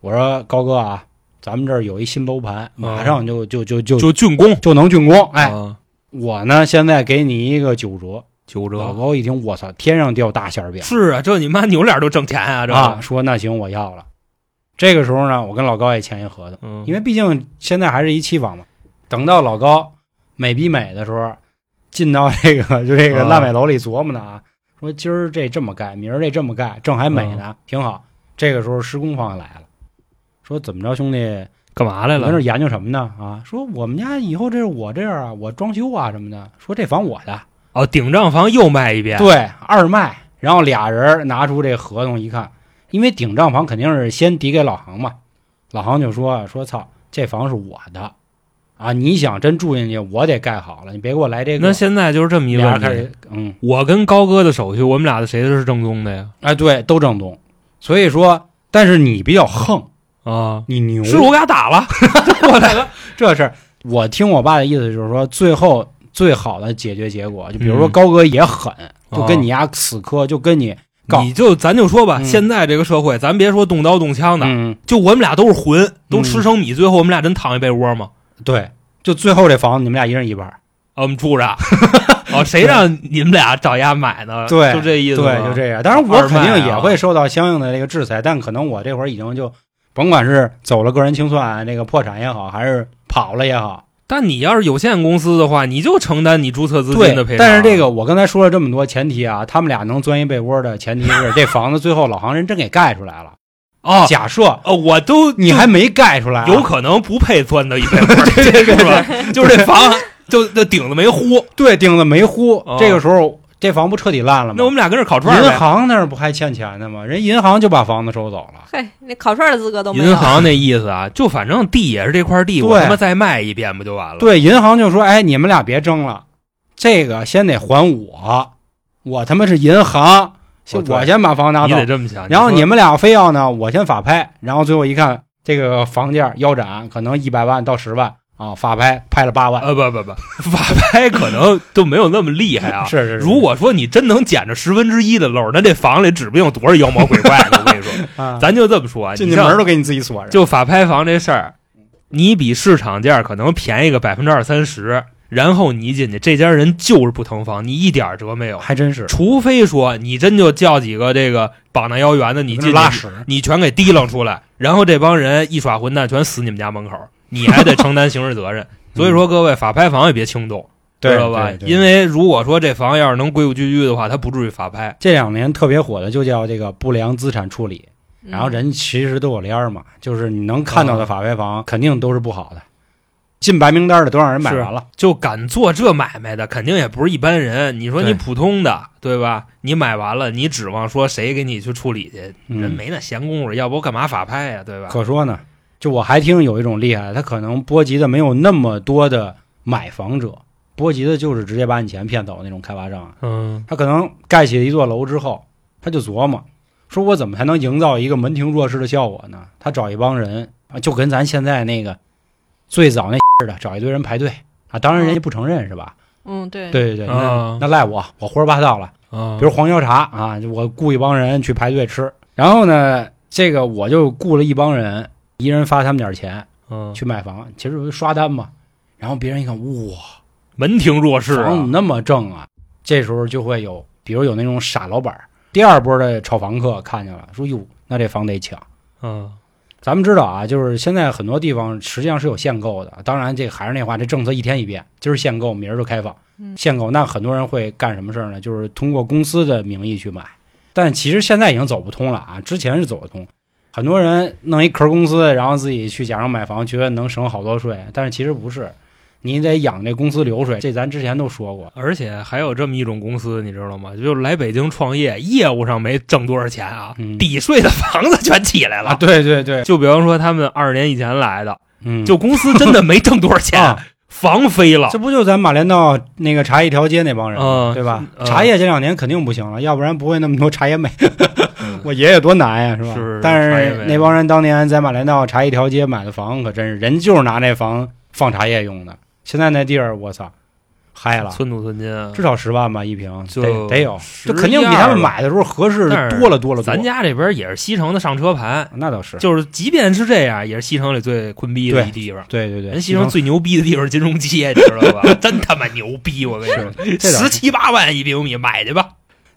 Speaker 1: 我说高哥啊，咱们这儿有一新楼盘，马上就就就就
Speaker 2: 嗯就竣工，
Speaker 1: 就能竣工，哎，
Speaker 2: 啊，
Speaker 1: 我呢现在给你一个九折。
Speaker 2: 九
Speaker 1: 老
Speaker 2: 折，
Speaker 1: 高一听，我操，天上掉大馅儿 饼。
Speaker 2: 是啊，这你妈扭脸都挣钱啊，这
Speaker 1: 啊，，说那行我要了。这个时候呢，我跟老高也签一合同，
Speaker 2: 嗯，
Speaker 1: 因为毕竟现在还是一期房嘛。等到老高美逼美的时候，进到这个 就这个
Speaker 2: 啊
Speaker 1: 烂尾楼里琢磨呢啊，说今儿这这么盖，明儿这这么盖，正还美
Speaker 2: 啊
Speaker 1: 呢，挺好。这个时候施工方来了，说怎么着兄弟，
Speaker 2: 干嘛来
Speaker 1: 你跟这
Speaker 2: 了？
Speaker 1: 研究什么呢？啊，说我们家以后这是我这儿啊，我装修啊什么的，说这房我的，
Speaker 2: 哦，顶账房又卖一遍，
Speaker 1: 对，二卖。然后俩人拿出这合同一看，因为顶账房肯定是先抵给老行嘛，老行就说说操，这房是我的，啊，你想真住进去，我得盖好了，你别给我来这个。
Speaker 2: 那现在就是这么一
Speaker 1: 俩
Speaker 2: 问
Speaker 1: 人开
Speaker 2: 题
Speaker 1: 始。，嗯，
Speaker 2: 我跟高哥的手续，我们俩的谁的是正宗的呀？
Speaker 1: 哎，对，都正宗。所以说，但是你比较横，
Speaker 2: 啊，
Speaker 1: 你牛，
Speaker 2: 是我给他打 了，
Speaker 1: 过来了。这事儿，我听我爸的意思就是说，最后最好的解决结果，就比如说
Speaker 2: 嗯
Speaker 1: 高哥也狠，就跟
Speaker 2: 啊
Speaker 1: 你丫死磕，就跟你告
Speaker 2: 你就咱就说吧，
Speaker 1: 嗯
Speaker 2: 现在这个社会，咱别说动刀动枪的，
Speaker 1: 嗯，
Speaker 2: 就我们俩都是混，都吃生米，最后我们俩真躺一被窝吗？
Speaker 1: 对，就最后这房子你们俩一人一半儿，
Speaker 2: 啊，我们住 着，哦，谁让你们俩找丫买的？
Speaker 1: 对
Speaker 2: 就这意
Speaker 1: 对，
Speaker 2: 思吗，
Speaker 1: 就这样。当然我
Speaker 2: 二
Speaker 1: 肯
Speaker 2: 麦啊
Speaker 1: 定也会受到相应的这个制裁，但可能我这会儿已经就甭管是走了个人清算，那个破产也好，还是跑了也好，
Speaker 2: 但你要是有限公司的话，你就承担你注册资金的
Speaker 1: 对。
Speaker 2: 赔偿。啊
Speaker 1: 但是这个我刚才说了这么多前提啊，他们俩能钻一被窝的前提是这房子最后老行人真给盖出来了。
Speaker 2: 哦
Speaker 1: 假设
Speaker 2: 哦，我都
Speaker 1: 你还没盖出来啊、
Speaker 2: 有可能不配钻到一 被窝，是吧？就是这房就这顶子 没糊，
Speaker 1: 对，钉子没呼，
Speaker 2: 哦
Speaker 1: 这个时候这房不彻底烂了
Speaker 2: 那我
Speaker 1: 吗？
Speaker 2: 们俩跟这儿烤串儿
Speaker 1: 银
Speaker 2: 呗。
Speaker 1: 行那儿不还欠钱呢吗？人银行就把房子收走了。
Speaker 3: 嘿，那烤串的资格都没有。
Speaker 2: 银行那意思啊，就反正地也是这块地，我
Speaker 1: 对
Speaker 2: 他妈再卖一遍不就完了？
Speaker 1: 对，银行就说：“哎，你们俩别争了，这个先得还我，我他妈是银行，先
Speaker 2: 哦对
Speaker 1: 我先把房拿
Speaker 2: 你
Speaker 1: 走
Speaker 2: 得。这么想。
Speaker 1: 然后
Speaker 2: 说
Speaker 1: 你们俩非要呢，我先法拍。然后最后一看，这个房价腰斩，可能一百万到十万啊，法拍拍了八万。
Speaker 2: 呃，不不不，法拍可能都没有那么厉害啊。
Speaker 1: 是是是，
Speaker 2: 如果说你真能捡着十分之一的漏儿，那这房里指不定有多少妖魔鬼怪呢。我跟 你说，
Speaker 1: 啊
Speaker 2: 咱就这么说啊，
Speaker 1: 进
Speaker 2: 你
Speaker 1: 去
Speaker 2: 像
Speaker 1: 门都给你自己锁上。
Speaker 2: 就法拍房这事儿，
Speaker 1: 嗯
Speaker 2: 你比市场价可能便宜个百分之二三十，然后你一进去，这家人就是不腾房，你一点儿辙没有。
Speaker 1: 还真是
Speaker 2: 除非说你真就叫几个这个膀大腰圆的，你
Speaker 1: 跟
Speaker 2: 进
Speaker 1: 那拉
Speaker 2: 去，
Speaker 1: 屎，
Speaker 2: 你全给提楞出来，然后这帮人一耍混蛋，全死你们家门口，你还得承担刑 事责任。所以说，各位法拍房也别轻动。
Speaker 1: 对
Speaker 2: 知道吧
Speaker 1: 对？对
Speaker 2: 因为如果说这房要是能规规矩矩的话，它不至于法拍。
Speaker 1: 这两年特别火的就叫这个不良资产处理，然后
Speaker 3: 嗯
Speaker 1: 人其实都有链儿嘛，就是你能看到
Speaker 2: 哦
Speaker 1: 的法拍房肯定都是不好的，进白名单的都让人买完了。
Speaker 2: 就敢做这买卖的，肯定也不是一般人。你说
Speaker 1: 对
Speaker 2: 你普通的，对吧？你买完了，你指望说谁给你去处理去？人
Speaker 1: 嗯，
Speaker 2: 没那闲工夫，要不我干嘛法拍呀、对吧？
Speaker 1: 可说呢，就我还听有一种厉害的，他可能波及的没有那么多的买房者，波及的就是直接把你钱骗走那种开发商啊。
Speaker 2: 嗯，
Speaker 1: 他可能盖起一座楼之后，他就琢磨，说我怎么才能营造一个门庭若市的效果呢？他找一帮人啊，就跟咱现在那个最早那 似的，找一堆人排队啊。当然人家不承认是吧？
Speaker 3: 嗯，对，
Speaker 1: 对对对，
Speaker 2: 啊
Speaker 1: 那那赖我，我胡说八道了。
Speaker 2: 啊
Speaker 1: 比如黄椒茶啊，就我雇一帮人去排队吃，然后呢，这个我就雇了一帮人，一人发他们点儿钱
Speaker 2: 嗯，
Speaker 1: 去买房，其实不是刷单嘛。然后别人一看，哇，
Speaker 2: 门庭若市
Speaker 1: 房
Speaker 2: 啊
Speaker 1: 怎么，那么正啊？这时候就会有，比如有那种傻老板儿，第二波的炒房客看见了，说哟，那这房得抢。
Speaker 2: 嗯，
Speaker 1: 咱们知道啊，就是现在很多地方实际上是有限购的，当然这还是那话，这政策一天一变，今儿限购，明儿就开放
Speaker 3: 嗯。
Speaker 1: 限购，那很多人会干什么事儿呢？就是通过公司的名义去买，但其实现在已经走不通了啊，之前是走得通。很多人弄一壳公司，然后自己去假装买房，觉得能省好多税，但是其实不是，你得养这公司流水，这咱之前都说过。
Speaker 2: 而且还有这么一种公司，你知道吗？就是来北京创业，业务上没挣多少钱啊，
Speaker 1: 嗯
Speaker 2: 抵税的房子全起来了。
Speaker 1: 啊，对对对，
Speaker 2: 就比方说他们二十年以前来的，
Speaker 1: 嗯，
Speaker 2: 就公司真的没挣多少 钱，
Speaker 1: 啊，
Speaker 2: 房飞了
Speaker 1: 这。不就咱马连道那个茶叶条街那帮人吗，
Speaker 2: 嗯
Speaker 1: 对吧？
Speaker 2: 嗯
Speaker 1: 茶叶这两年肯定不行了，要不然不会那么多茶叶妹。 我爷爷多难呀，是吧？
Speaker 2: 嗯是
Speaker 1: 但
Speaker 2: 茶叶妹
Speaker 1: 是那帮人当年在马连道茶叶条街买的房，可真是人就是拿那房放茶叶用的。现在那地儿，我操，嗨了，
Speaker 2: 寸土寸金啊！
Speaker 1: 至少十万吧一平，
Speaker 2: 就
Speaker 1: 得得有，
Speaker 2: 十
Speaker 1: 这肯定比他们买的时候合适
Speaker 2: 但是
Speaker 1: 多了多了多
Speaker 2: 咱。家这边也是西城的上车盘，
Speaker 1: 那倒是，
Speaker 2: 就是即便是这样，也是西城里最坤逼的
Speaker 1: 对
Speaker 2: 一地方。
Speaker 1: 对对对，
Speaker 2: 人西城最牛逼的地方是金融街，你知 道吧？真他妈牛逼！我跟你说，
Speaker 1: 是这倒
Speaker 2: 十
Speaker 1: 是
Speaker 2: 七八万一平米，买去吧。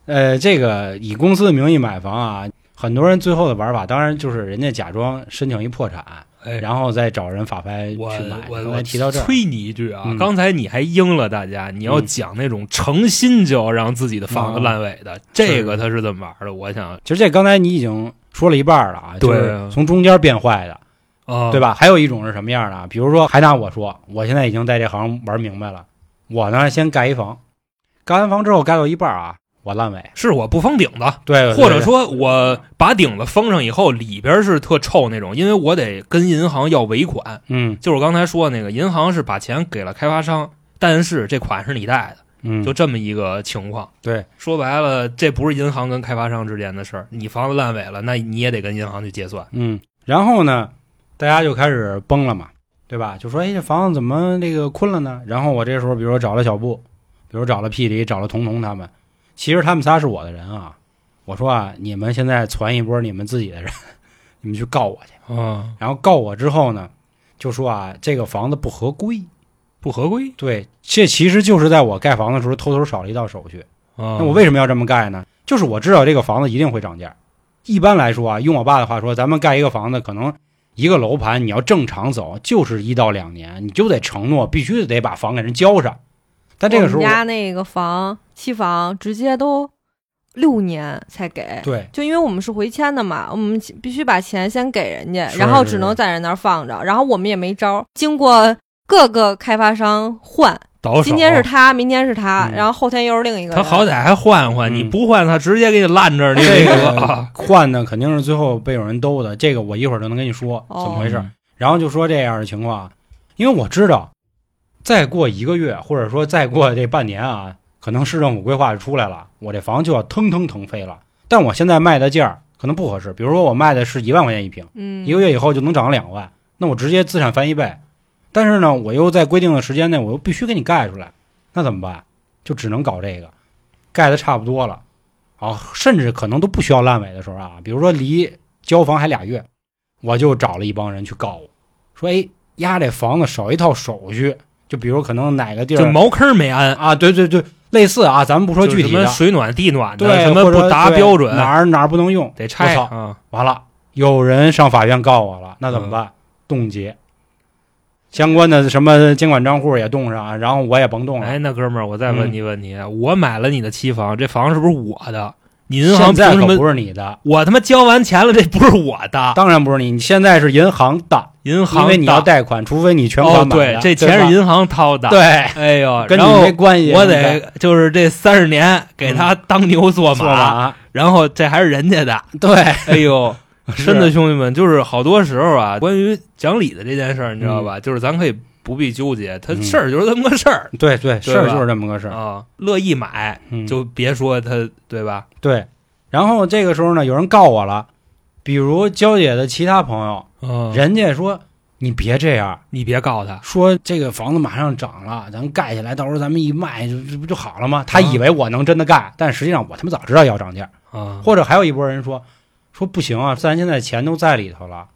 Speaker 1: 呃，这个以公司的名义买房啊，很多人最后的玩法，当然就是人家假装申请一破产，
Speaker 2: 哎
Speaker 1: 然后再找人法拍去
Speaker 2: 我
Speaker 1: 买。
Speaker 2: 我
Speaker 1: 来
Speaker 2: 我
Speaker 1: 提到这儿，
Speaker 2: 催你一句啊！
Speaker 1: 嗯
Speaker 2: 刚才你还应了大家，你要
Speaker 1: 嗯
Speaker 2: 讲那种诚心就要让自己的房子烂尾的，这个他是怎么玩的？我想
Speaker 1: 其实这刚才你已经说了一半了啊，就
Speaker 2: 对啊
Speaker 1: 是从中间变坏的，
Speaker 2: 啊，
Speaker 1: 对
Speaker 2: 吧？
Speaker 1: 吧？还有一种是什么样的啊？比如说，还拿我说，我现在已经在这行玩明白了，我呢先盖一房，盖完房之后盖到一半啊，我烂尾。
Speaker 2: 是我不封顶子，
Speaker 1: 对，
Speaker 2: 或者说我把顶子封上以后，里边是特臭那种，因为我得跟银行要尾款，
Speaker 1: 嗯
Speaker 2: 就是我刚才说那个，银行是把钱给了开发商，但是这款是你贷的，
Speaker 1: 嗯，
Speaker 2: 就这么一个情况。
Speaker 1: 对，
Speaker 2: 说白了，这不是银行跟开发商之间的事儿，你房子烂尾了，那你也得跟银行去结算。
Speaker 1: 嗯，然后呢，大家就开始崩了嘛，对吧？就说哎，这房子怎么这个困了呢？然后我这时候，比如说找了小布，比如找了屁梨，找了彤彤他们，其实他们仨是我的人啊。我说啊，你们现在传一波你们自己的人， 你们去告我去。
Speaker 2: 嗯，
Speaker 1: 然后告我之后呢，就说啊，这个房子不合规。
Speaker 2: 不合规
Speaker 1: 对，这其实就是在我盖房子的时候偷偷少了一道手续。
Speaker 2: 啊。
Speaker 1: 那我为什么要这么盖呢？就是我知道这个房子一定会涨价。一般来说啊，用我爸的话说，咱们盖一个房子，可能一个楼盘你要正常走，就是一到两年，你就得承诺必须得把房给人交上。但这个时候
Speaker 3: 我
Speaker 1: 我，
Speaker 3: 们家那个房期房直接都六年才给，
Speaker 1: 对
Speaker 3: 就因为我们是回迁的嘛，我们必须把钱先给人家，
Speaker 1: 是
Speaker 3: 然后
Speaker 1: 是
Speaker 3: 只能在人那儿放着，然后我们也没招儿。经过各个开发商换，
Speaker 2: 倒手
Speaker 3: 今天是他，明天是他，
Speaker 1: 啊嗯
Speaker 3: 然后后天又是另一个
Speaker 2: 他
Speaker 3: 人。
Speaker 2: 好歹还换换，
Speaker 1: 嗯
Speaker 2: 你不换他直接给你烂这儿，你
Speaker 1: 这
Speaker 2: 个
Speaker 1: 个
Speaker 2: 啊
Speaker 1: 换呢，肯定是最后被有人兜的。这个我一会儿就能跟你说怎
Speaker 3: 哦
Speaker 1: 么回
Speaker 2: 嗯
Speaker 1: 事。然后就说这样的情况，因为我知道，再过一个月，或者说再过这半年啊，可能市政府规划就出来了，我这房就要腾腾腾飞了。但我现在卖的价儿可能不合适，比如说我卖的是一万块钱一平，
Speaker 3: 嗯，
Speaker 1: 一个月以后就能涨两万，那我直接资产翻一倍。但是呢，我又在规定的时间内，我又必须给你盖出来，那怎么办？就只能搞这个，盖的差不多了，啊，甚至可能都不需要烂尾的时候啊，比如说离交房还俩月，我就找了一帮人去告我，说哎，压这房子少一套手续，就比如可能哪个地
Speaker 2: 就
Speaker 1: 儿
Speaker 2: 茅坑没安，
Speaker 1: 啊，对对对，类似啊，咱们不说具
Speaker 2: 就
Speaker 1: 体
Speaker 2: 什么
Speaker 1: 的，
Speaker 2: 水暖地暖的，
Speaker 1: 对，
Speaker 2: 什么
Speaker 1: 或者
Speaker 2: 不达
Speaker 1: 对
Speaker 2: 标准，
Speaker 1: 哪儿哪儿不能用，
Speaker 2: 得拆
Speaker 1: 我操
Speaker 2: 啊。
Speaker 1: 完了，有人上法院告我了，那
Speaker 2: 嗯
Speaker 1: 怎么办？冻结，相关的什么监管账户也冻上，然后我也甭动了。
Speaker 2: 哎，那哥们儿，我再
Speaker 1: 嗯
Speaker 2: 问你问题，我买了你的期房，这房是不是我的？你银
Speaker 1: 现
Speaker 2: 行凭
Speaker 1: 在
Speaker 2: 什
Speaker 1: 可
Speaker 2: 么？
Speaker 1: 不是你的，
Speaker 2: 我他妈交完钱了，这不是我的，
Speaker 1: 当然不是你，你现在是银行的，
Speaker 2: 银
Speaker 1: 因
Speaker 2: 行
Speaker 1: 为你要
Speaker 2: 的
Speaker 1: 贷款，除非你全
Speaker 2: 哦
Speaker 1: 款，买
Speaker 2: 对
Speaker 1: 的，，
Speaker 2: 这钱
Speaker 1: 吧
Speaker 2: 是银行掏的。，
Speaker 1: 对，
Speaker 2: 哎呦，
Speaker 1: 跟你
Speaker 2: 然后
Speaker 1: 没关系。
Speaker 2: 我
Speaker 1: 你
Speaker 2: 得就是这三十年给他当牛做
Speaker 1: 嗯做
Speaker 2: 马，
Speaker 1: 马，
Speaker 2: 然后这还是人 家的。
Speaker 1: 对，
Speaker 2: 哎呦，
Speaker 1: 是
Speaker 2: 真的，兄弟们，就是好多时候啊，关于讲理的这件事儿，你知道吧？就是咱可以不必纠结，他
Speaker 1: 嗯
Speaker 2: 事儿就是这么个事儿
Speaker 1: 对对，事儿
Speaker 2: 吧
Speaker 1: 就是这么个事儿。
Speaker 2: 啊，乐意买
Speaker 1: 嗯
Speaker 2: 就别说他，对吧？
Speaker 1: 对，然后这个时候呢，有人告我了，比如娇姐的其他朋友，
Speaker 2: 嗯，
Speaker 1: 人家说你别这样，
Speaker 2: 你别告他，
Speaker 1: 说这个房子马上涨了，咱盖起来，到时候咱们一卖，就这不就好了吗？他
Speaker 2: 啊
Speaker 1: 以为我能真的盖，但实际上我他妈早知道要涨价。
Speaker 2: 啊，
Speaker 1: 或者还有一波人说，说不行啊，咱现在钱都在里头了，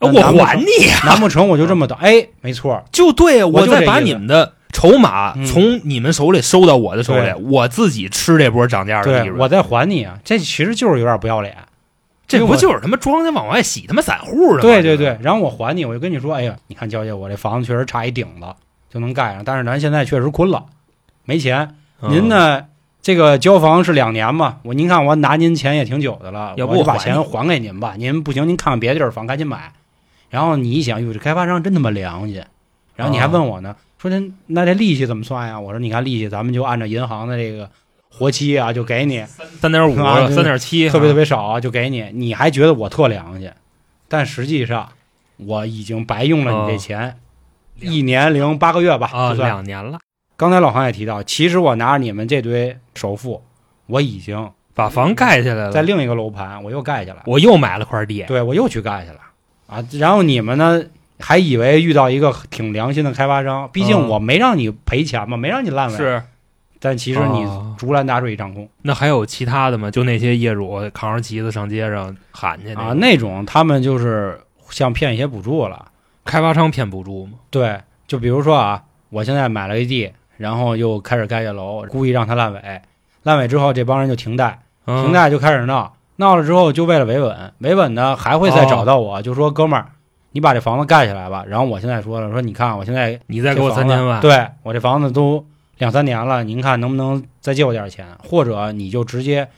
Speaker 2: 呃我
Speaker 1: 那难不
Speaker 2: 还
Speaker 1: 成
Speaker 2: 你啊
Speaker 1: 难不成我就这么倒？哎，没错，
Speaker 2: 就对
Speaker 1: 我
Speaker 2: 我
Speaker 1: 就
Speaker 2: 再
Speaker 1: 这
Speaker 2: 把
Speaker 1: 意思
Speaker 2: 你们的筹码
Speaker 1: 嗯
Speaker 2: 从你们手里收到我的手里，
Speaker 1: 对
Speaker 2: 我自己吃这波涨价的利
Speaker 1: 对我
Speaker 2: 润。
Speaker 1: 再还你啊，这其实就是有点不要脸。
Speaker 2: 这
Speaker 1: 因为
Speaker 2: 不
Speaker 1: 我
Speaker 2: 就是他妈庄家往外洗他妈散户的吗？
Speaker 1: 对对对，，然后我还你，我就跟你说，哎呀，你看娇姐，我这房子确实差一顶子就能盖上，但是咱现在确实困了，没钱。
Speaker 2: 嗯
Speaker 1: 您？呢，这个交房是两年嘛，我您看我拿您钱也挺久的了，
Speaker 2: 要不
Speaker 1: 我就把
Speaker 2: 我还
Speaker 1: 钱
Speaker 2: 你
Speaker 1: 还给您吧。您不行，您看看别的地儿房，赶紧买。然后你一想，哟，这开发商真他妈良心。然后你还
Speaker 2: 啊
Speaker 1: 问我呢，说这那这利息怎么算呀？我说你看利息，咱们就按照银行的这个活期啊，就给你，
Speaker 2: 三点五
Speaker 1: 啊，对
Speaker 2: 三点七，
Speaker 1: 特别特别少啊，就给你。你还觉得我特良心，但实际上我已经白用了你这
Speaker 2: 哦
Speaker 1: 钱，一年零八个月吧，
Speaker 2: 啊，
Speaker 1: 就算
Speaker 2: 两年了，
Speaker 1: 刚才老航也提到，其实我拿着你们这堆首付，我已经
Speaker 2: 把房盖起来
Speaker 1: 在
Speaker 2: 了，
Speaker 1: 另一个楼盘我又盖起来了，
Speaker 2: 我又买了块地，
Speaker 1: 对我又去盖去了啊。然后你们呢，还以为遇到一个挺良心的开发商，毕竟
Speaker 2: 嗯
Speaker 1: 我没让你赔钱嘛，没让你烂尾，
Speaker 2: 是。
Speaker 1: 但其实你
Speaker 2: 哦
Speaker 1: 竹篮打水一场空
Speaker 2: 那还有其他的吗？就那些业主扛着旗子上街上喊去
Speaker 1: 啊。
Speaker 2: 种
Speaker 1: 那种他们就是像骗一些补助了，
Speaker 2: 开发商骗补助吗？
Speaker 1: 对，就比如说啊，我现在买了一地，然后又开始盖这楼，故意让它烂尾，烂尾之后这帮人就停贷。
Speaker 2: 嗯
Speaker 1: 停贷就开始闹，闹了之后就为了维稳，维稳呢还会再
Speaker 2: 哦
Speaker 1: 找到我，就说哥们儿，你把这房子盖起来吧。然后我现在说了，说你看我现在
Speaker 2: 你再
Speaker 1: 这
Speaker 2: 给我
Speaker 1: 房
Speaker 2: 三
Speaker 1: 子
Speaker 2: 千万，
Speaker 1: 对我这房子都两三年了，您看能不能再借我点钱，或者你就直接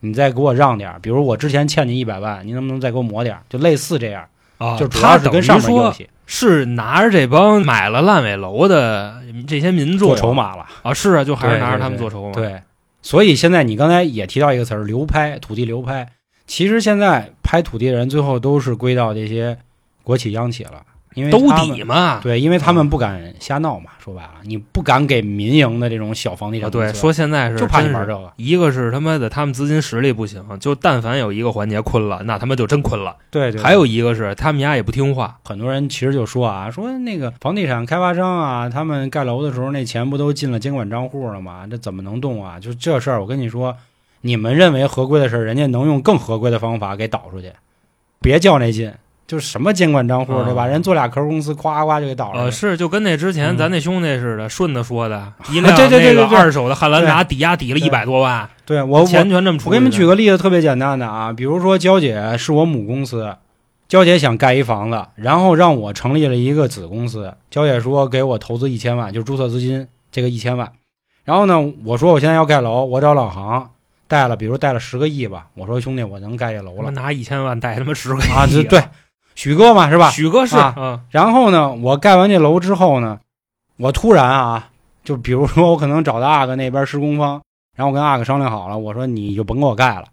Speaker 1: 你再给我让点儿，比如我之前欠你一百万，您能不能再给我抹点儿，就类似这样，
Speaker 2: 啊，
Speaker 1: 就主
Speaker 2: 他
Speaker 1: 要是
Speaker 2: 等
Speaker 1: 跟
Speaker 2: 于
Speaker 1: 上面
Speaker 2: 说
Speaker 1: 游戏
Speaker 2: 是拿着这帮买了烂尾楼的这些民众
Speaker 1: 做筹码了，
Speaker 2: 啊，是啊，就还是
Speaker 1: 对
Speaker 2: 拿着
Speaker 1: 对
Speaker 2: 他们
Speaker 1: 对
Speaker 2: 做筹码。
Speaker 1: 对。所以现在你刚才也提到一个词儿，流拍，土地流拍。其实现在拍土地的人最后都是归到这些国企央企了，因为
Speaker 2: 兜
Speaker 1: 他们
Speaker 2: 底嘛。啊
Speaker 1: 对，因为他
Speaker 2: 嗯
Speaker 1: 们不敢瞎闹嘛，说白了，你不敢给民营的这种小房地
Speaker 2: 啊
Speaker 1: 产公
Speaker 2: 对，
Speaker 1: 司
Speaker 2: 说现在是
Speaker 1: 就怕你
Speaker 2: 真
Speaker 1: 玩
Speaker 2: 是
Speaker 1: 这个。
Speaker 2: 一个是他妈的他们资金实力不行，就但凡有一个环节困了，那他妈就真困了。
Speaker 1: 对对，
Speaker 2: 还有一个是他们家也不听话，
Speaker 1: 很多人其实就说啊，说那个房地产开发商啊，他们盖楼的时候那钱不都进了监管账户了吗？这怎么能动啊？就这事儿，我跟你说，你们认为合规的事儿，人家能用更合规的方法给导出去，别较那劲。就是什么监管账户，
Speaker 2: 啊
Speaker 1: 对吧？人做俩壳公司，夸夸就给导了。
Speaker 2: 呃，是就跟那之前
Speaker 1: 嗯
Speaker 2: 咱那兄弟 似的，顺子说的，一
Speaker 1: 对
Speaker 2: 辆
Speaker 1: 对对
Speaker 2: 那个
Speaker 1: 对对
Speaker 2: 二手的汉兰达抵押抵了一百多万，
Speaker 1: 对我我
Speaker 2: 钱全这么出去的。
Speaker 1: 我给你们举个例子，特别简单的啊，比如说娇姐是我母公司，娇姐想盖一房子，然后让我成立了一个子公司，娇姐说给我投资一千万，就是注册资金这个一千万，然后呢，我说我现在要盖楼，我找老行贷了，比如贷了十个亿吧，我说兄弟，我能盖这楼
Speaker 2: 我
Speaker 1: 了
Speaker 2: 拿一千万贷他妈十嗯个亿
Speaker 1: 啊，这对，许哥嘛是吧？
Speaker 2: 许哥是
Speaker 1: 啊
Speaker 2: 嗯
Speaker 1: 然后呢，我盖完这楼之后呢，我突然啊，就比如说我可能找到阿哥那边施工方，然后我跟阿哥商量好了，我说你就甭给我盖了。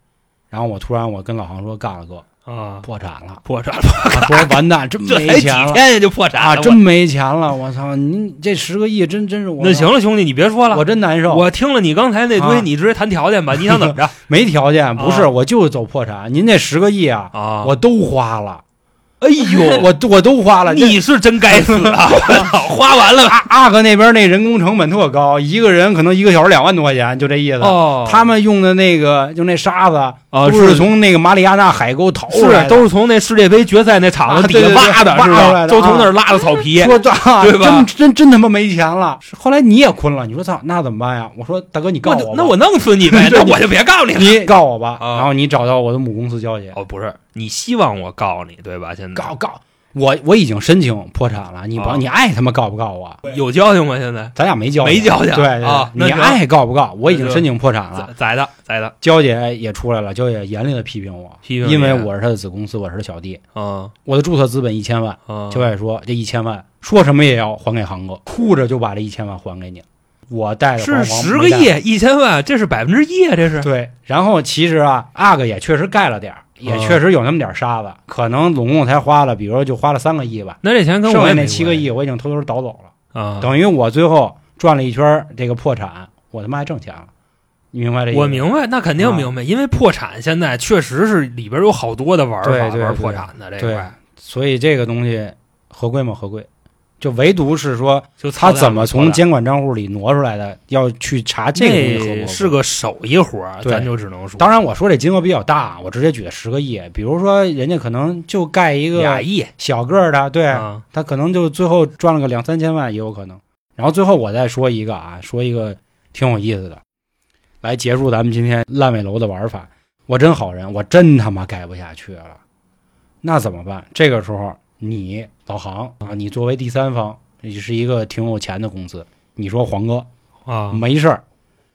Speaker 1: 然后我突然我跟老航说干了哥，
Speaker 2: 啊，
Speaker 1: 破产了，
Speaker 2: 破产了，
Speaker 1: 啊说完蛋，真
Speaker 2: 这才
Speaker 1: 没
Speaker 2: 几
Speaker 1: 钱了
Speaker 2: 天也就破产了
Speaker 1: 啊，
Speaker 2: 我
Speaker 1: 真没钱了，我操，您这十个亿真真是我
Speaker 2: 那行了，兄弟你别说了
Speaker 1: 我，真难受，
Speaker 2: 我听了你刚才那
Speaker 1: 啊
Speaker 2: 堆，你直接谈条件吧，你想怎么 着
Speaker 1: 没条件，不是，
Speaker 2: 啊
Speaker 1: 我就是走破产，您这十个亿啊，
Speaker 2: 啊？
Speaker 1: 我都花了，
Speaker 2: 哎 呦，
Speaker 1: 我 我都花了，这
Speaker 2: 你是真该死啊！ 我操花完了吧？
Speaker 1: 阿阿哥那边那人工成本特高，一个人可能一个小时两万多块钱，就这意思。
Speaker 2: 哦
Speaker 1: 他们用的那个就那沙子，
Speaker 2: 啊
Speaker 1: 都是从那个马里亚纳海沟淘出来的。
Speaker 2: 是都是从那世界杯决赛那场
Speaker 1: 啊
Speaker 2: 子底
Speaker 1: 对对
Speaker 2: 下
Speaker 1: 对
Speaker 2: 挖的，啊
Speaker 1: 挖
Speaker 2: 是
Speaker 1: 出来
Speaker 2: 吧？
Speaker 1: 的
Speaker 2: 都从那儿拉的草皮。
Speaker 1: 说 这、啊、
Speaker 2: 对吧
Speaker 1: 真真真他妈没钱了。后来你也困了，你说操，那怎么办呀？我说大哥，你告
Speaker 2: 我
Speaker 1: 我
Speaker 2: 就
Speaker 1: 吧！
Speaker 2: 那我弄死 你呗那我就别告你了。
Speaker 1: 你告我吧。
Speaker 2: 啊
Speaker 1: 然后你找到我的母公司交接，
Speaker 2: 哦，不是，你希望我告你对吧？现在
Speaker 1: 告告我我已经申请破产了，你甭、
Speaker 2: 啊
Speaker 1: 你爱他妈告不告我？
Speaker 2: 有交情吗？现在
Speaker 1: 咱俩没交
Speaker 2: 没交情
Speaker 1: 对对对
Speaker 2: 啊那
Speaker 1: 你
Speaker 2: 行
Speaker 1: 爱告不告？我已经
Speaker 2: 那就
Speaker 1: 申请破产了
Speaker 2: 宰。宰的宰的，
Speaker 1: 娇姐也出来了，娇姐严厉的批评我，
Speaker 2: 批评你啊
Speaker 1: 因为我是她的子公司，我是她小弟，
Speaker 2: 嗯
Speaker 1: 我的注册资本一千万。
Speaker 2: 嗯，
Speaker 1: 娇姐说这一千万说什么也要还给航哥，哭着就把这一千万还给你了。我带着
Speaker 2: 是
Speaker 1: 黄黄
Speaker 2: 十
Speaker 1: 没
Speaker 2: 个
Speaker 1: 带
Speaker 2: 亿，一千万，这是百分之一啊！这是
Speaker 1: 对，然后其实啊，阿哥也确实盖了点儿，也
Speaker 2: 嗯
Speaker 1: 确实有那么点儿沙子，可能总共才花了，比如说就花了三个亿吧，
Speaker 2: 那这钱跟
Speaker 1: 剩
Speaker 2: 我
Speaker 1: 下
Speaker 2: 也
Speaker 1: 那
Speaker 2: 没
Speaker 1: 七个
Speaker 2: 关系
Speaker 1: 亿我已经偷偷倒走了，
Speaker 2: 啊！
Speaker 1: 等于我最后转了一圈儿这个破产，我他妈还挣钱了，你明白这意思吗？啊
Speaker 2: 我明白，那肯定明白，因为破产现在确实是里边有好多的玩法
Speaker 1: 对对
Speaker 2: 玩
Speaker 1: 对
Speaker 2: 破产的这一
Speaker 1: 对
Speaker 2: 块，
Speaker 1: 所以这个东西合规吗？合规，就唯独是说
Speaker 2: 就
Speaker 1: 他
Speaker 2: 操蛋
Speaker 1: 怎么
Speaker 2: 操
Speaker 1: 从
Speaker 2: 蛋
Speaker 1: 监管账户里挪出来的，要去查这个东西合不合
Speaker 2: 那
Speaker 1: 规
Speaker 2: 是个手艺活儿，
Speaker 1: 对
Speaker 2: 咱就只能说
Speaker 1: 当然，我说这金额比较大，我直接举的十个亿。比如说，人家可能就盖一
Speaker 2: 俩
Speaker 1: 个
Speaker 2: 亿
Speaker 1: 小个儿的，对、
Speaker 2: 啊，
Speaker 1: 他可能就最后赚了个两三千万也有可能。然后最后我再说一个啊，说一个挺有意思的，来结束咱们今天烂尾楼的玩法。我真好人，我真他妈盖不下去了，那怎么办？这个时候你老航啊，你作为第三方，你是一个挺有钱的公司，你说黄哥
Speaker 2: 啊
Speaker 1: 没事儿，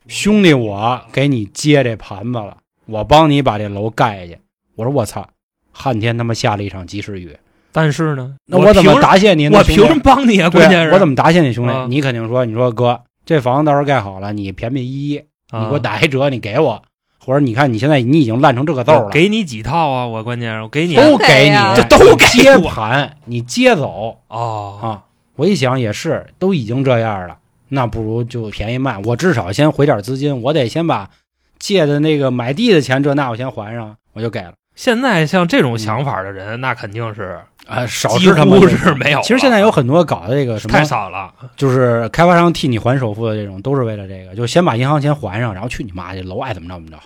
Speaker 1: 兄弟我给你接这盘子了，我帮你把这楼盖去。我说我操，旱天他妈下了一场及时雨，
Speaker 2: 但是呢，
Speaker 1: 那
Speaker 2: 我
Speaker 1: 怎么
Speaker 2: 凭
Speaker 1: 答谢您呢？
Speaker 2: 我
Speaker 1: 兄
Speaker 2: 凭
Speaker 1: 弟
Speaker 2: 什么帮你啊？
Speaker 1: 对
Speaker 2: 关键是
Speaker 1: 我怎么答谢你兄弟？
Speaker 2: 啊
Speaker 1: 你肯定说，你说哥，这房子到时候盖好了，你便便宜宜，
Speaker 2: 啊
Speaker 1: 你给我打一折，你给我，或者你看你现在你已经烂成这个豆
Speaker 2: 我
Speaker 1: 了，
Speaker 2: 给你几套啊？我关键是我给你
Speaker 1: 都
Speaker 3: 对
Speaker 1: 给
Speaker 3: 呀
Speaker 1: 你，
Speaker 2: 这都给
Speaker 1: 接
Speaker 2: 我
Speaker 1: 盘，你接走
Speaker 2: 哦，
Speaker 1: 啊！我一想也是，都已经这样了，那不如就便宜卖，我至少先回点资金，我得先把借的那个买地的钱这那我先还上，我就给了
Speaker 2: 现在像这种想法的人，那肯定是
Speaker 1: 啊，少啊
Speaker 2: 几
Speaker 1: 之他妈
Speaker 2: 乎
Speaker 1: 的
Speaker 2: 是没有了。
Speaker 1: 其实现在有很多搞这个什么
Speaker 2: 太少了，
Speaker 1: 就是开发商替你还首付的这种，都是为了这个，就先把银行钱还上，然后去你妈去，楼爱怎么着怎么着，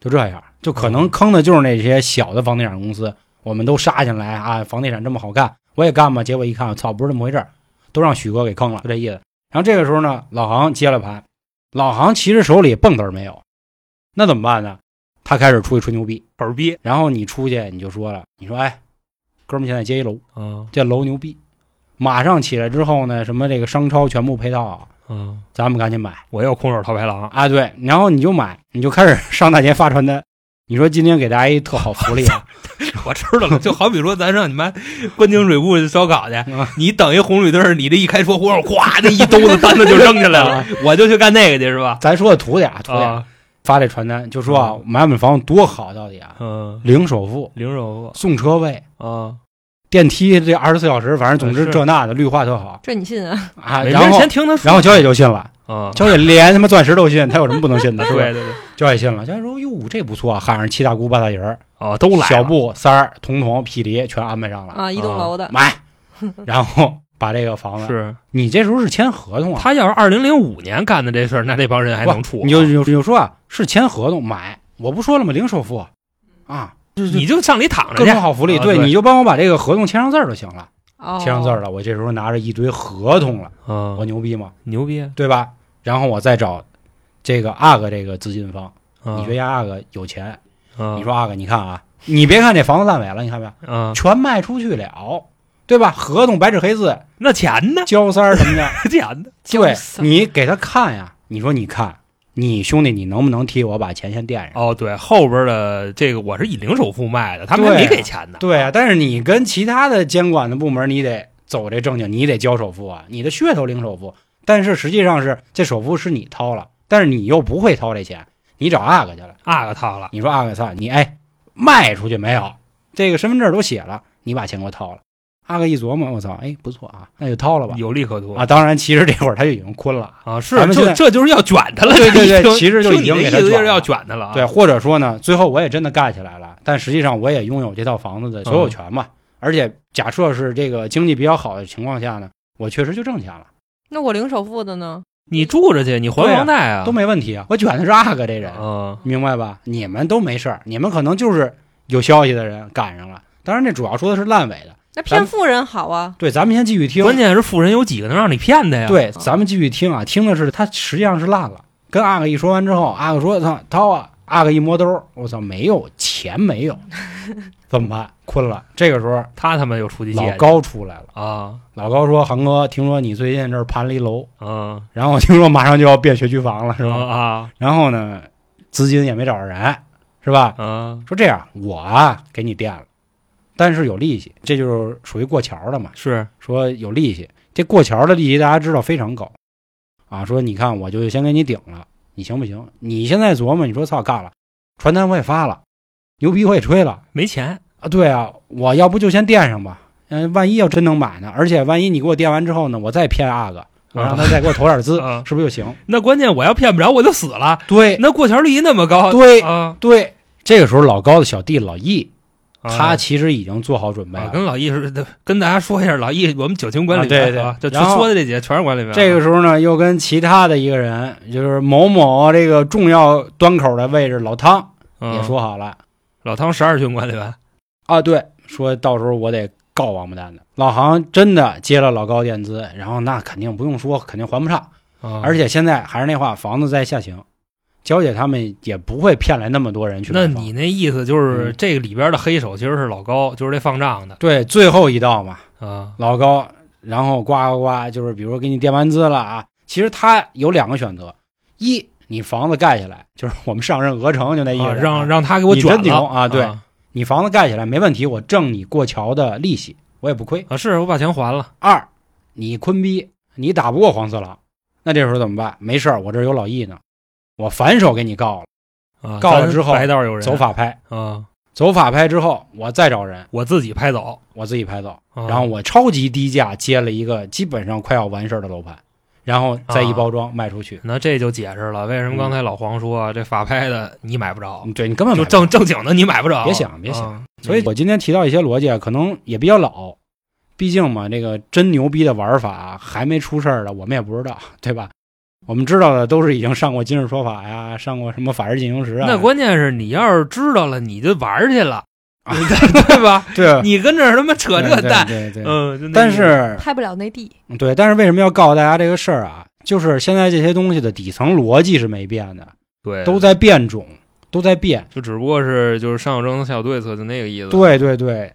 Speaker 1: 就这样，就可能坑的就是那些小的房地产公司，我们都杀进来啊，房地产这么好干，我也干吧，结果一看，我操，不是这么回事儿，都让许哥给坑了，就这意思。然后这个时候呢，老航接了盘，老航其实手里蹦子儿没有，那怎么办呢？他开始出去吹牛逼，
Speaker 2: 口儿逼
Speaker 1: 然后你出去你就说了，你说哎，哥们儿现在接一楼，
Speaker 2: 嗯
Speaker 1: 这楼牛逼，马上起来之后呢，什么这个商超全部配套啊。
Speaker 2: 嗯，
Speaker 1: 咱们赶紧买
Speaker 2: 我又空手套白狼，
Speaker 1: 啊！对，然后你就买，你就开始 上大街发传单。你说今天给大家一特好福利啊！
Speaker 2: 我知道了，就好比说咱上你妈关清水铺烧烤去，你等一红绿灯儿，你这一开 车，我咵，那一兜子单子就扔下来了，我就去干那个去是吧？
Speaker 1: 咱说的土点儿，土点儿。
Speaker 2: 啊
Speaker 1: 发这传单，就说啊，买我们房子多好，到底啊，
Speaker 2: 嗯，
Speaker 1: 零首付，
Speaker 2: 零首
Speaker 1: 送车位。
Speaker 2: 付啊，
Speaker 1: 电梯这二十四小时，反正总
Speaker 2: 啊
Speaker 1: 之
Speaker 2: 是
Speaker 1: 这那的绿化特好
Speaker 3: 这你信啊？
Speaker 1: 啊。
Speaker 2: 没
Speaker 1: 然
Speaker 2: 事
Speaker 1: 后
Speaker 2: 先听他说，
Speaker 1: 然后焦姐就信 了，
Speaker 2: 啊，
Speaker 1: 焦姐连他妈钻石都信，她有什么不能信的？是不
Speaker 2: 对
Speaker 1: 是？
Speaker 2: 对对，
Speaker 1: 焦姐信了，焦姐说哟这不错，啊喊上七大姑八大姨儿，
Speaker 2: 哦，都来
Speaker 1: 小
Speaker 2: 了
Speaker 1: 布、三儿、彤彤、匹离全安排上了，
Speaker 3: 啊，一栋楼的，
Speaker 1: 买， 然后把这个房子，
Speaker 2: 是
Speaker 1: 你这时候是签合同啊，
Speaker 2: 他要是二零零五年干的这事儿，那这帮人还能处？
Speaker 1: 你就你就你就说啊，是签合同买，我不说了吗？零首付啊，
Speaker 2: 你就上里躺着
Speaker 1: 各
Speaker 2: 去
Speaker 1: 种，好福利，
Speaker 2: 啊
Speaker 1: 对，
Speaker 2: 对
Speaker 1: 你就帮我把这个合同签上字儿就行了，
Speaker 3: 哦，
Speaker 1: 签上字儿了，我这时候拿着一堆合同了，
Speaker 2: 啊
Speaker 1: 我，牛逼吗？
Speaker 2: 牛逼啊！
Speaker 1: 对吧？然后我再找这个阿哥这个资金方，你
Speaker 2: 你
Speaker 1: 觉得阿哥有钱？
Speaker 2: 你
Speaker 1: 你说阿哥，你看啊，你别看这房子烂尾了，你看没有，
Speaker 2: 啊，
Speaker 1: 全卖出去了。对吧？合同白纸黑字，
Speaker 2: 那 钱呢？
Speaker 1: 交三儿什么的，
Speaker 2: 钱呢？
Speaker 1: 对
Speaker 3: 死
Speaker 1: 你给他看呀，你说你看，你兄弟你能不能替我把钱先垫上？
Speaker 2: 哦，对，后边的这个我是以零首付卖的，他们还
Speaker 1: 对
Speaker 2: 没
Speaker 1: 啊
Speaker 2: 给钱呢。
Speaker 1: 对啊，但是你跟其他的监管的部门，你得走这正经，你得交首付啊，你的噱头领首付，但是实际上是这首付是你掏了，但是你又不会掏这钱，你找阿哥去了，
Speaker 2: 啊个套了，
Speaker 1: 你说阿哥操你哎，卖出去没有？这个身份证都写了，你把钱给我掏了。阿哥一琢磨，我操，哎，不错啊，那就掏了吧。
Speaker 2: 有利可图
Speaker 1: 啊，当然，其实这会儿他就已经困了。
Speaker 2: 啊！是
Speaker 1: 咱，们现
Speaker 2: 这
Speaker 1: 在
Speaker 2: 这就是要卷他了。
Speaker 1: 对对对
Speaker 2: 这一听
Speaker 1: 其实就
Speaker 2: 听
Speaker 1: 已
Speaker 2: 你
Speaker 1: 经
Speaker 2: 的
Speaker 1: 给
Speaker 2: 意
Speaker 1: 他
Speaker 2: 思就
Speaker 1: 卷
Speaker 2: 是
Speaker 1: 了
Speaker 2: 要卷他了啊。
Speaker 1: 对，或者说呢，最后我也真的盖起来了，但实际上我也拥有这套房子的
Speaker 2: 嗯
Speaker 1: 所有权嘛。而且假设是这个经济比较好的情况下呢，我确实就挣钱了，
Speaker 3: 那我零首付的呢？
Speaker 2: 你住着去，你还
Speaker 1: 对啊
Speaker 2: 房贷啊，
Speaker 1: 都没问题啊。我卷的是阿哥这人，
Speaker 2: 啊
Speaker 1: 明白吧？你们都没事儿，你们可能就是有消息的人赶上了。当然，这主要说的是烂尾的。
Speaker 3: 那骗富人好啊，
Speaker 1: 对，咱们先继续听。
Speaker 2: 关键是富人有几个能让你骗的呀？
Speaker 1: 对，咱们继续听啊，听的是他实际上是烂了。跟阿哥一说完之后，阿哥说：“操，掏啊！”阿哥一摸兜儿，我操，没有钱，没 有，怎么办？困了。这个时候，
Speaker 2: 他他妈又出去
Speaker 1: 老
Speaker 2: 借
Speaker 1: 高出来了。
Speaker 2: 啊
Speaker 1: 老高说：“航哥，听说你最近这儿盘了一楼，
Speaker 2: 啊
Speaker 1: 然后听说马上就要变学区房了，是吧？
Speaker 2: 啊
Speaker 1: 然后呢，资金也没找着人，是吧？
Speaker 2: 啊！
Speaker 1: 说这样，我啊给你垫了，但是有利息，这就是属于过桥的嘛。
Speaker 2: 是
Speaker 1: 说有利息，这过桥的利息大家知道非常高啊。说你看，我就先给你顶了，你行不行？你现在琢磨，你说操干了，传单我也发了，牛逼我也吹了，
Speaker 2: 没钱
Speaker 1: 啊，对啊，我要不就先垫上吧。嗯、万一要真能买呢？而且万一你给我垫完之后呢，我再骗阿哥，我让他再给我投点资，
Speaker 2: 啊！
Speaker 1: 是不是就行？
Speaker 2: 那关键我要骗不着我就死了。
Speaker 1: 对
Speaker 2: 那过桥利息那么高，
Speaker 1: 对
Speaker 2: 啊，
Speaker 1: 对，这个时候老高的小弟老易，
Speaker 2: 啊
Speaker 1: 他其实已经做好准备
Speaker 2: 啊，
Speaker 1: 了。
Speaker 2: 跟老易是跟大家说一下，老易我们九情管理
Speaker 1: 啊对
Speaker 2: 员
Speaker 1: 对
Speaker 2: 啊，就
Speaker 1: 然后
Speaker 2: 说的这几个全是管理员。啊
Speaker 1: 这个时候呢，又跟其他的一个人，就是某某这个重要端口的位置老汤
Speaker 2: 嗯
Speaker 1: 也说好了
Speaker 2: 老汤十二军管理员
Speaker 1: 啊，对，说到时候我得告王八蛋的。老杭真的接了老高垫资，然后那肯定不用说，肯定还不上。
Speaker 2: 啊，
Speaker 1: 而且现在还是那话，房子在下行，娇姐他们也不会骗来那么多人去
Speaker 2: 那
Speaker 1: 买房
Speaker 2: 你那意思就是
Speaker 1: 嗯
Speaker 2: 这个里边的黑手其实是老高，就是这放账的
Speaker 1: 对最后一道嘛，
Speaker 2: 啊
Speaker 1: 老高，然后呱呱呱，就是比如说给你垫完资了啊，其实他有两个选择，一你房子盖起来，就是我们上任鹅城就那意思啊、
Speaker 2: 啊，让让他给我卷
Speaker 1: 你真
Speaker 2: 了
Speaker 1: 牛啊对你房子盖起来没问题，我挣你过桥的利息，我也不亏。
Speaker 2: 啊，是我把钱还了
Speaker 1: 二，你坤逼，你打不过黄四郎，那这时候怎么办？没事儿，我这儿有老易呢，我反手给你告了，
Speaker 2: 啊，
Speaker 1: 告了
Speaker 2: 咱
Speaker 1: 之后
Speaker 2: 白道有人
Speaker 1: 走法拍。
Speaker 2: 啊，
Speaker 1: 走法拍之后，我再找人，
Speaker 2: 我自己拍走，
Speaker 1: 我自己拍走，
Speaker 2: 啊
Speaker 1: 然后我超级低价接了一个基本上快要完事儿的楼盘，然后再一包装卖出去。
Speaker 2: 那这就解释了为什么刚才老黄说这法拍的你买不着，
Speaker 1: 嗯对你根本
Speaker 2: 就
Speaker 1: 买不着
Speaker 2: 正正经的你买不着，
Speaker 1: 别想别想
Speaker 2: 啊，
Speaker 1: 所以我今天提到一些逻辑，啊，可能也比较老，毕竟嘛，这个真牛逼的玩法还没出事儿的，我们也不知道， 对吧？我们知道的都是已经上过《今日说法》呀，上过什么《法制进行时》啊。
Speaker 2: 那关键是你要是知道了，你就玩儿去 了，
Speaker 1: 啊
Speaker 2: 对吧？
Speaker 1: 对，
Speaker 2: 你跟这儿他妈扯这蛋，
Speaker 1: 对对对。
Speaker 2: 嗯，就那
Speaker 1: 但
Speaker 2: 意思
Speaker 1: 是
Speaker 3: 拍不了内地，
Speaker 1: 对，但是为什么要告诉大家这个事儿啊？就是现在这些东西的底层逻辑是没变的，
Speaker 2: 对
Speaker 1: 都，在变种，都在变。
Speaker 2: 就只不过是就是上有政策下有对策，就那个意思。
Speaker 1: 对对对，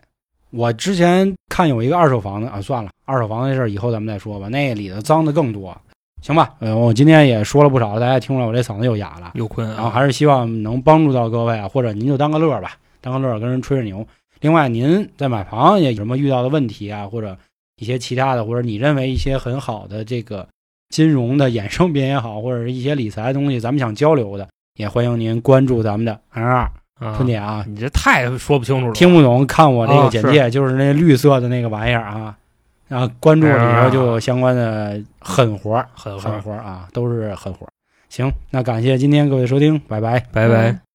Speaker 1: 我之前看有一个二手房的啊，算了，二手房的事儿以后咱们再说吧，那里头脏的更多，行吧？呃，我今天也说了不少，大家听出来我这嗓子又哑了，
Speaker 2: 有坤啊，
Speaker 1: 然后还是希望能帮助到各位啊，或者您就当个乐儿吧，当个乐儿跟人吹吹牛。另外，您在买房也有什么遇到的问题啊，或者一些其他的，或者你认为一些很好的这个金融的衍生品也好，或者是一些理财的东西，咱们想交流的，也欢迎您关注咱们的 N 二
Speaker 2: 啊
Speaker 1: 春点啊。
Speaker 2: 你这太说不清楚了。
Speaker 1: 听不懂，看我这
Speaker 2: 啊
Speaker 1: 个简介，就是那绿色的那个玩意儿啊。然后关注里头就有相关的狠活儿，啊
Speaker 2: 很
Speaker 1: 狠活儿啊，都是狠活儿。行，那感谢今天各位收听，拜拜。
Speaker 2: 拜拜。
Speaker 3: 嗯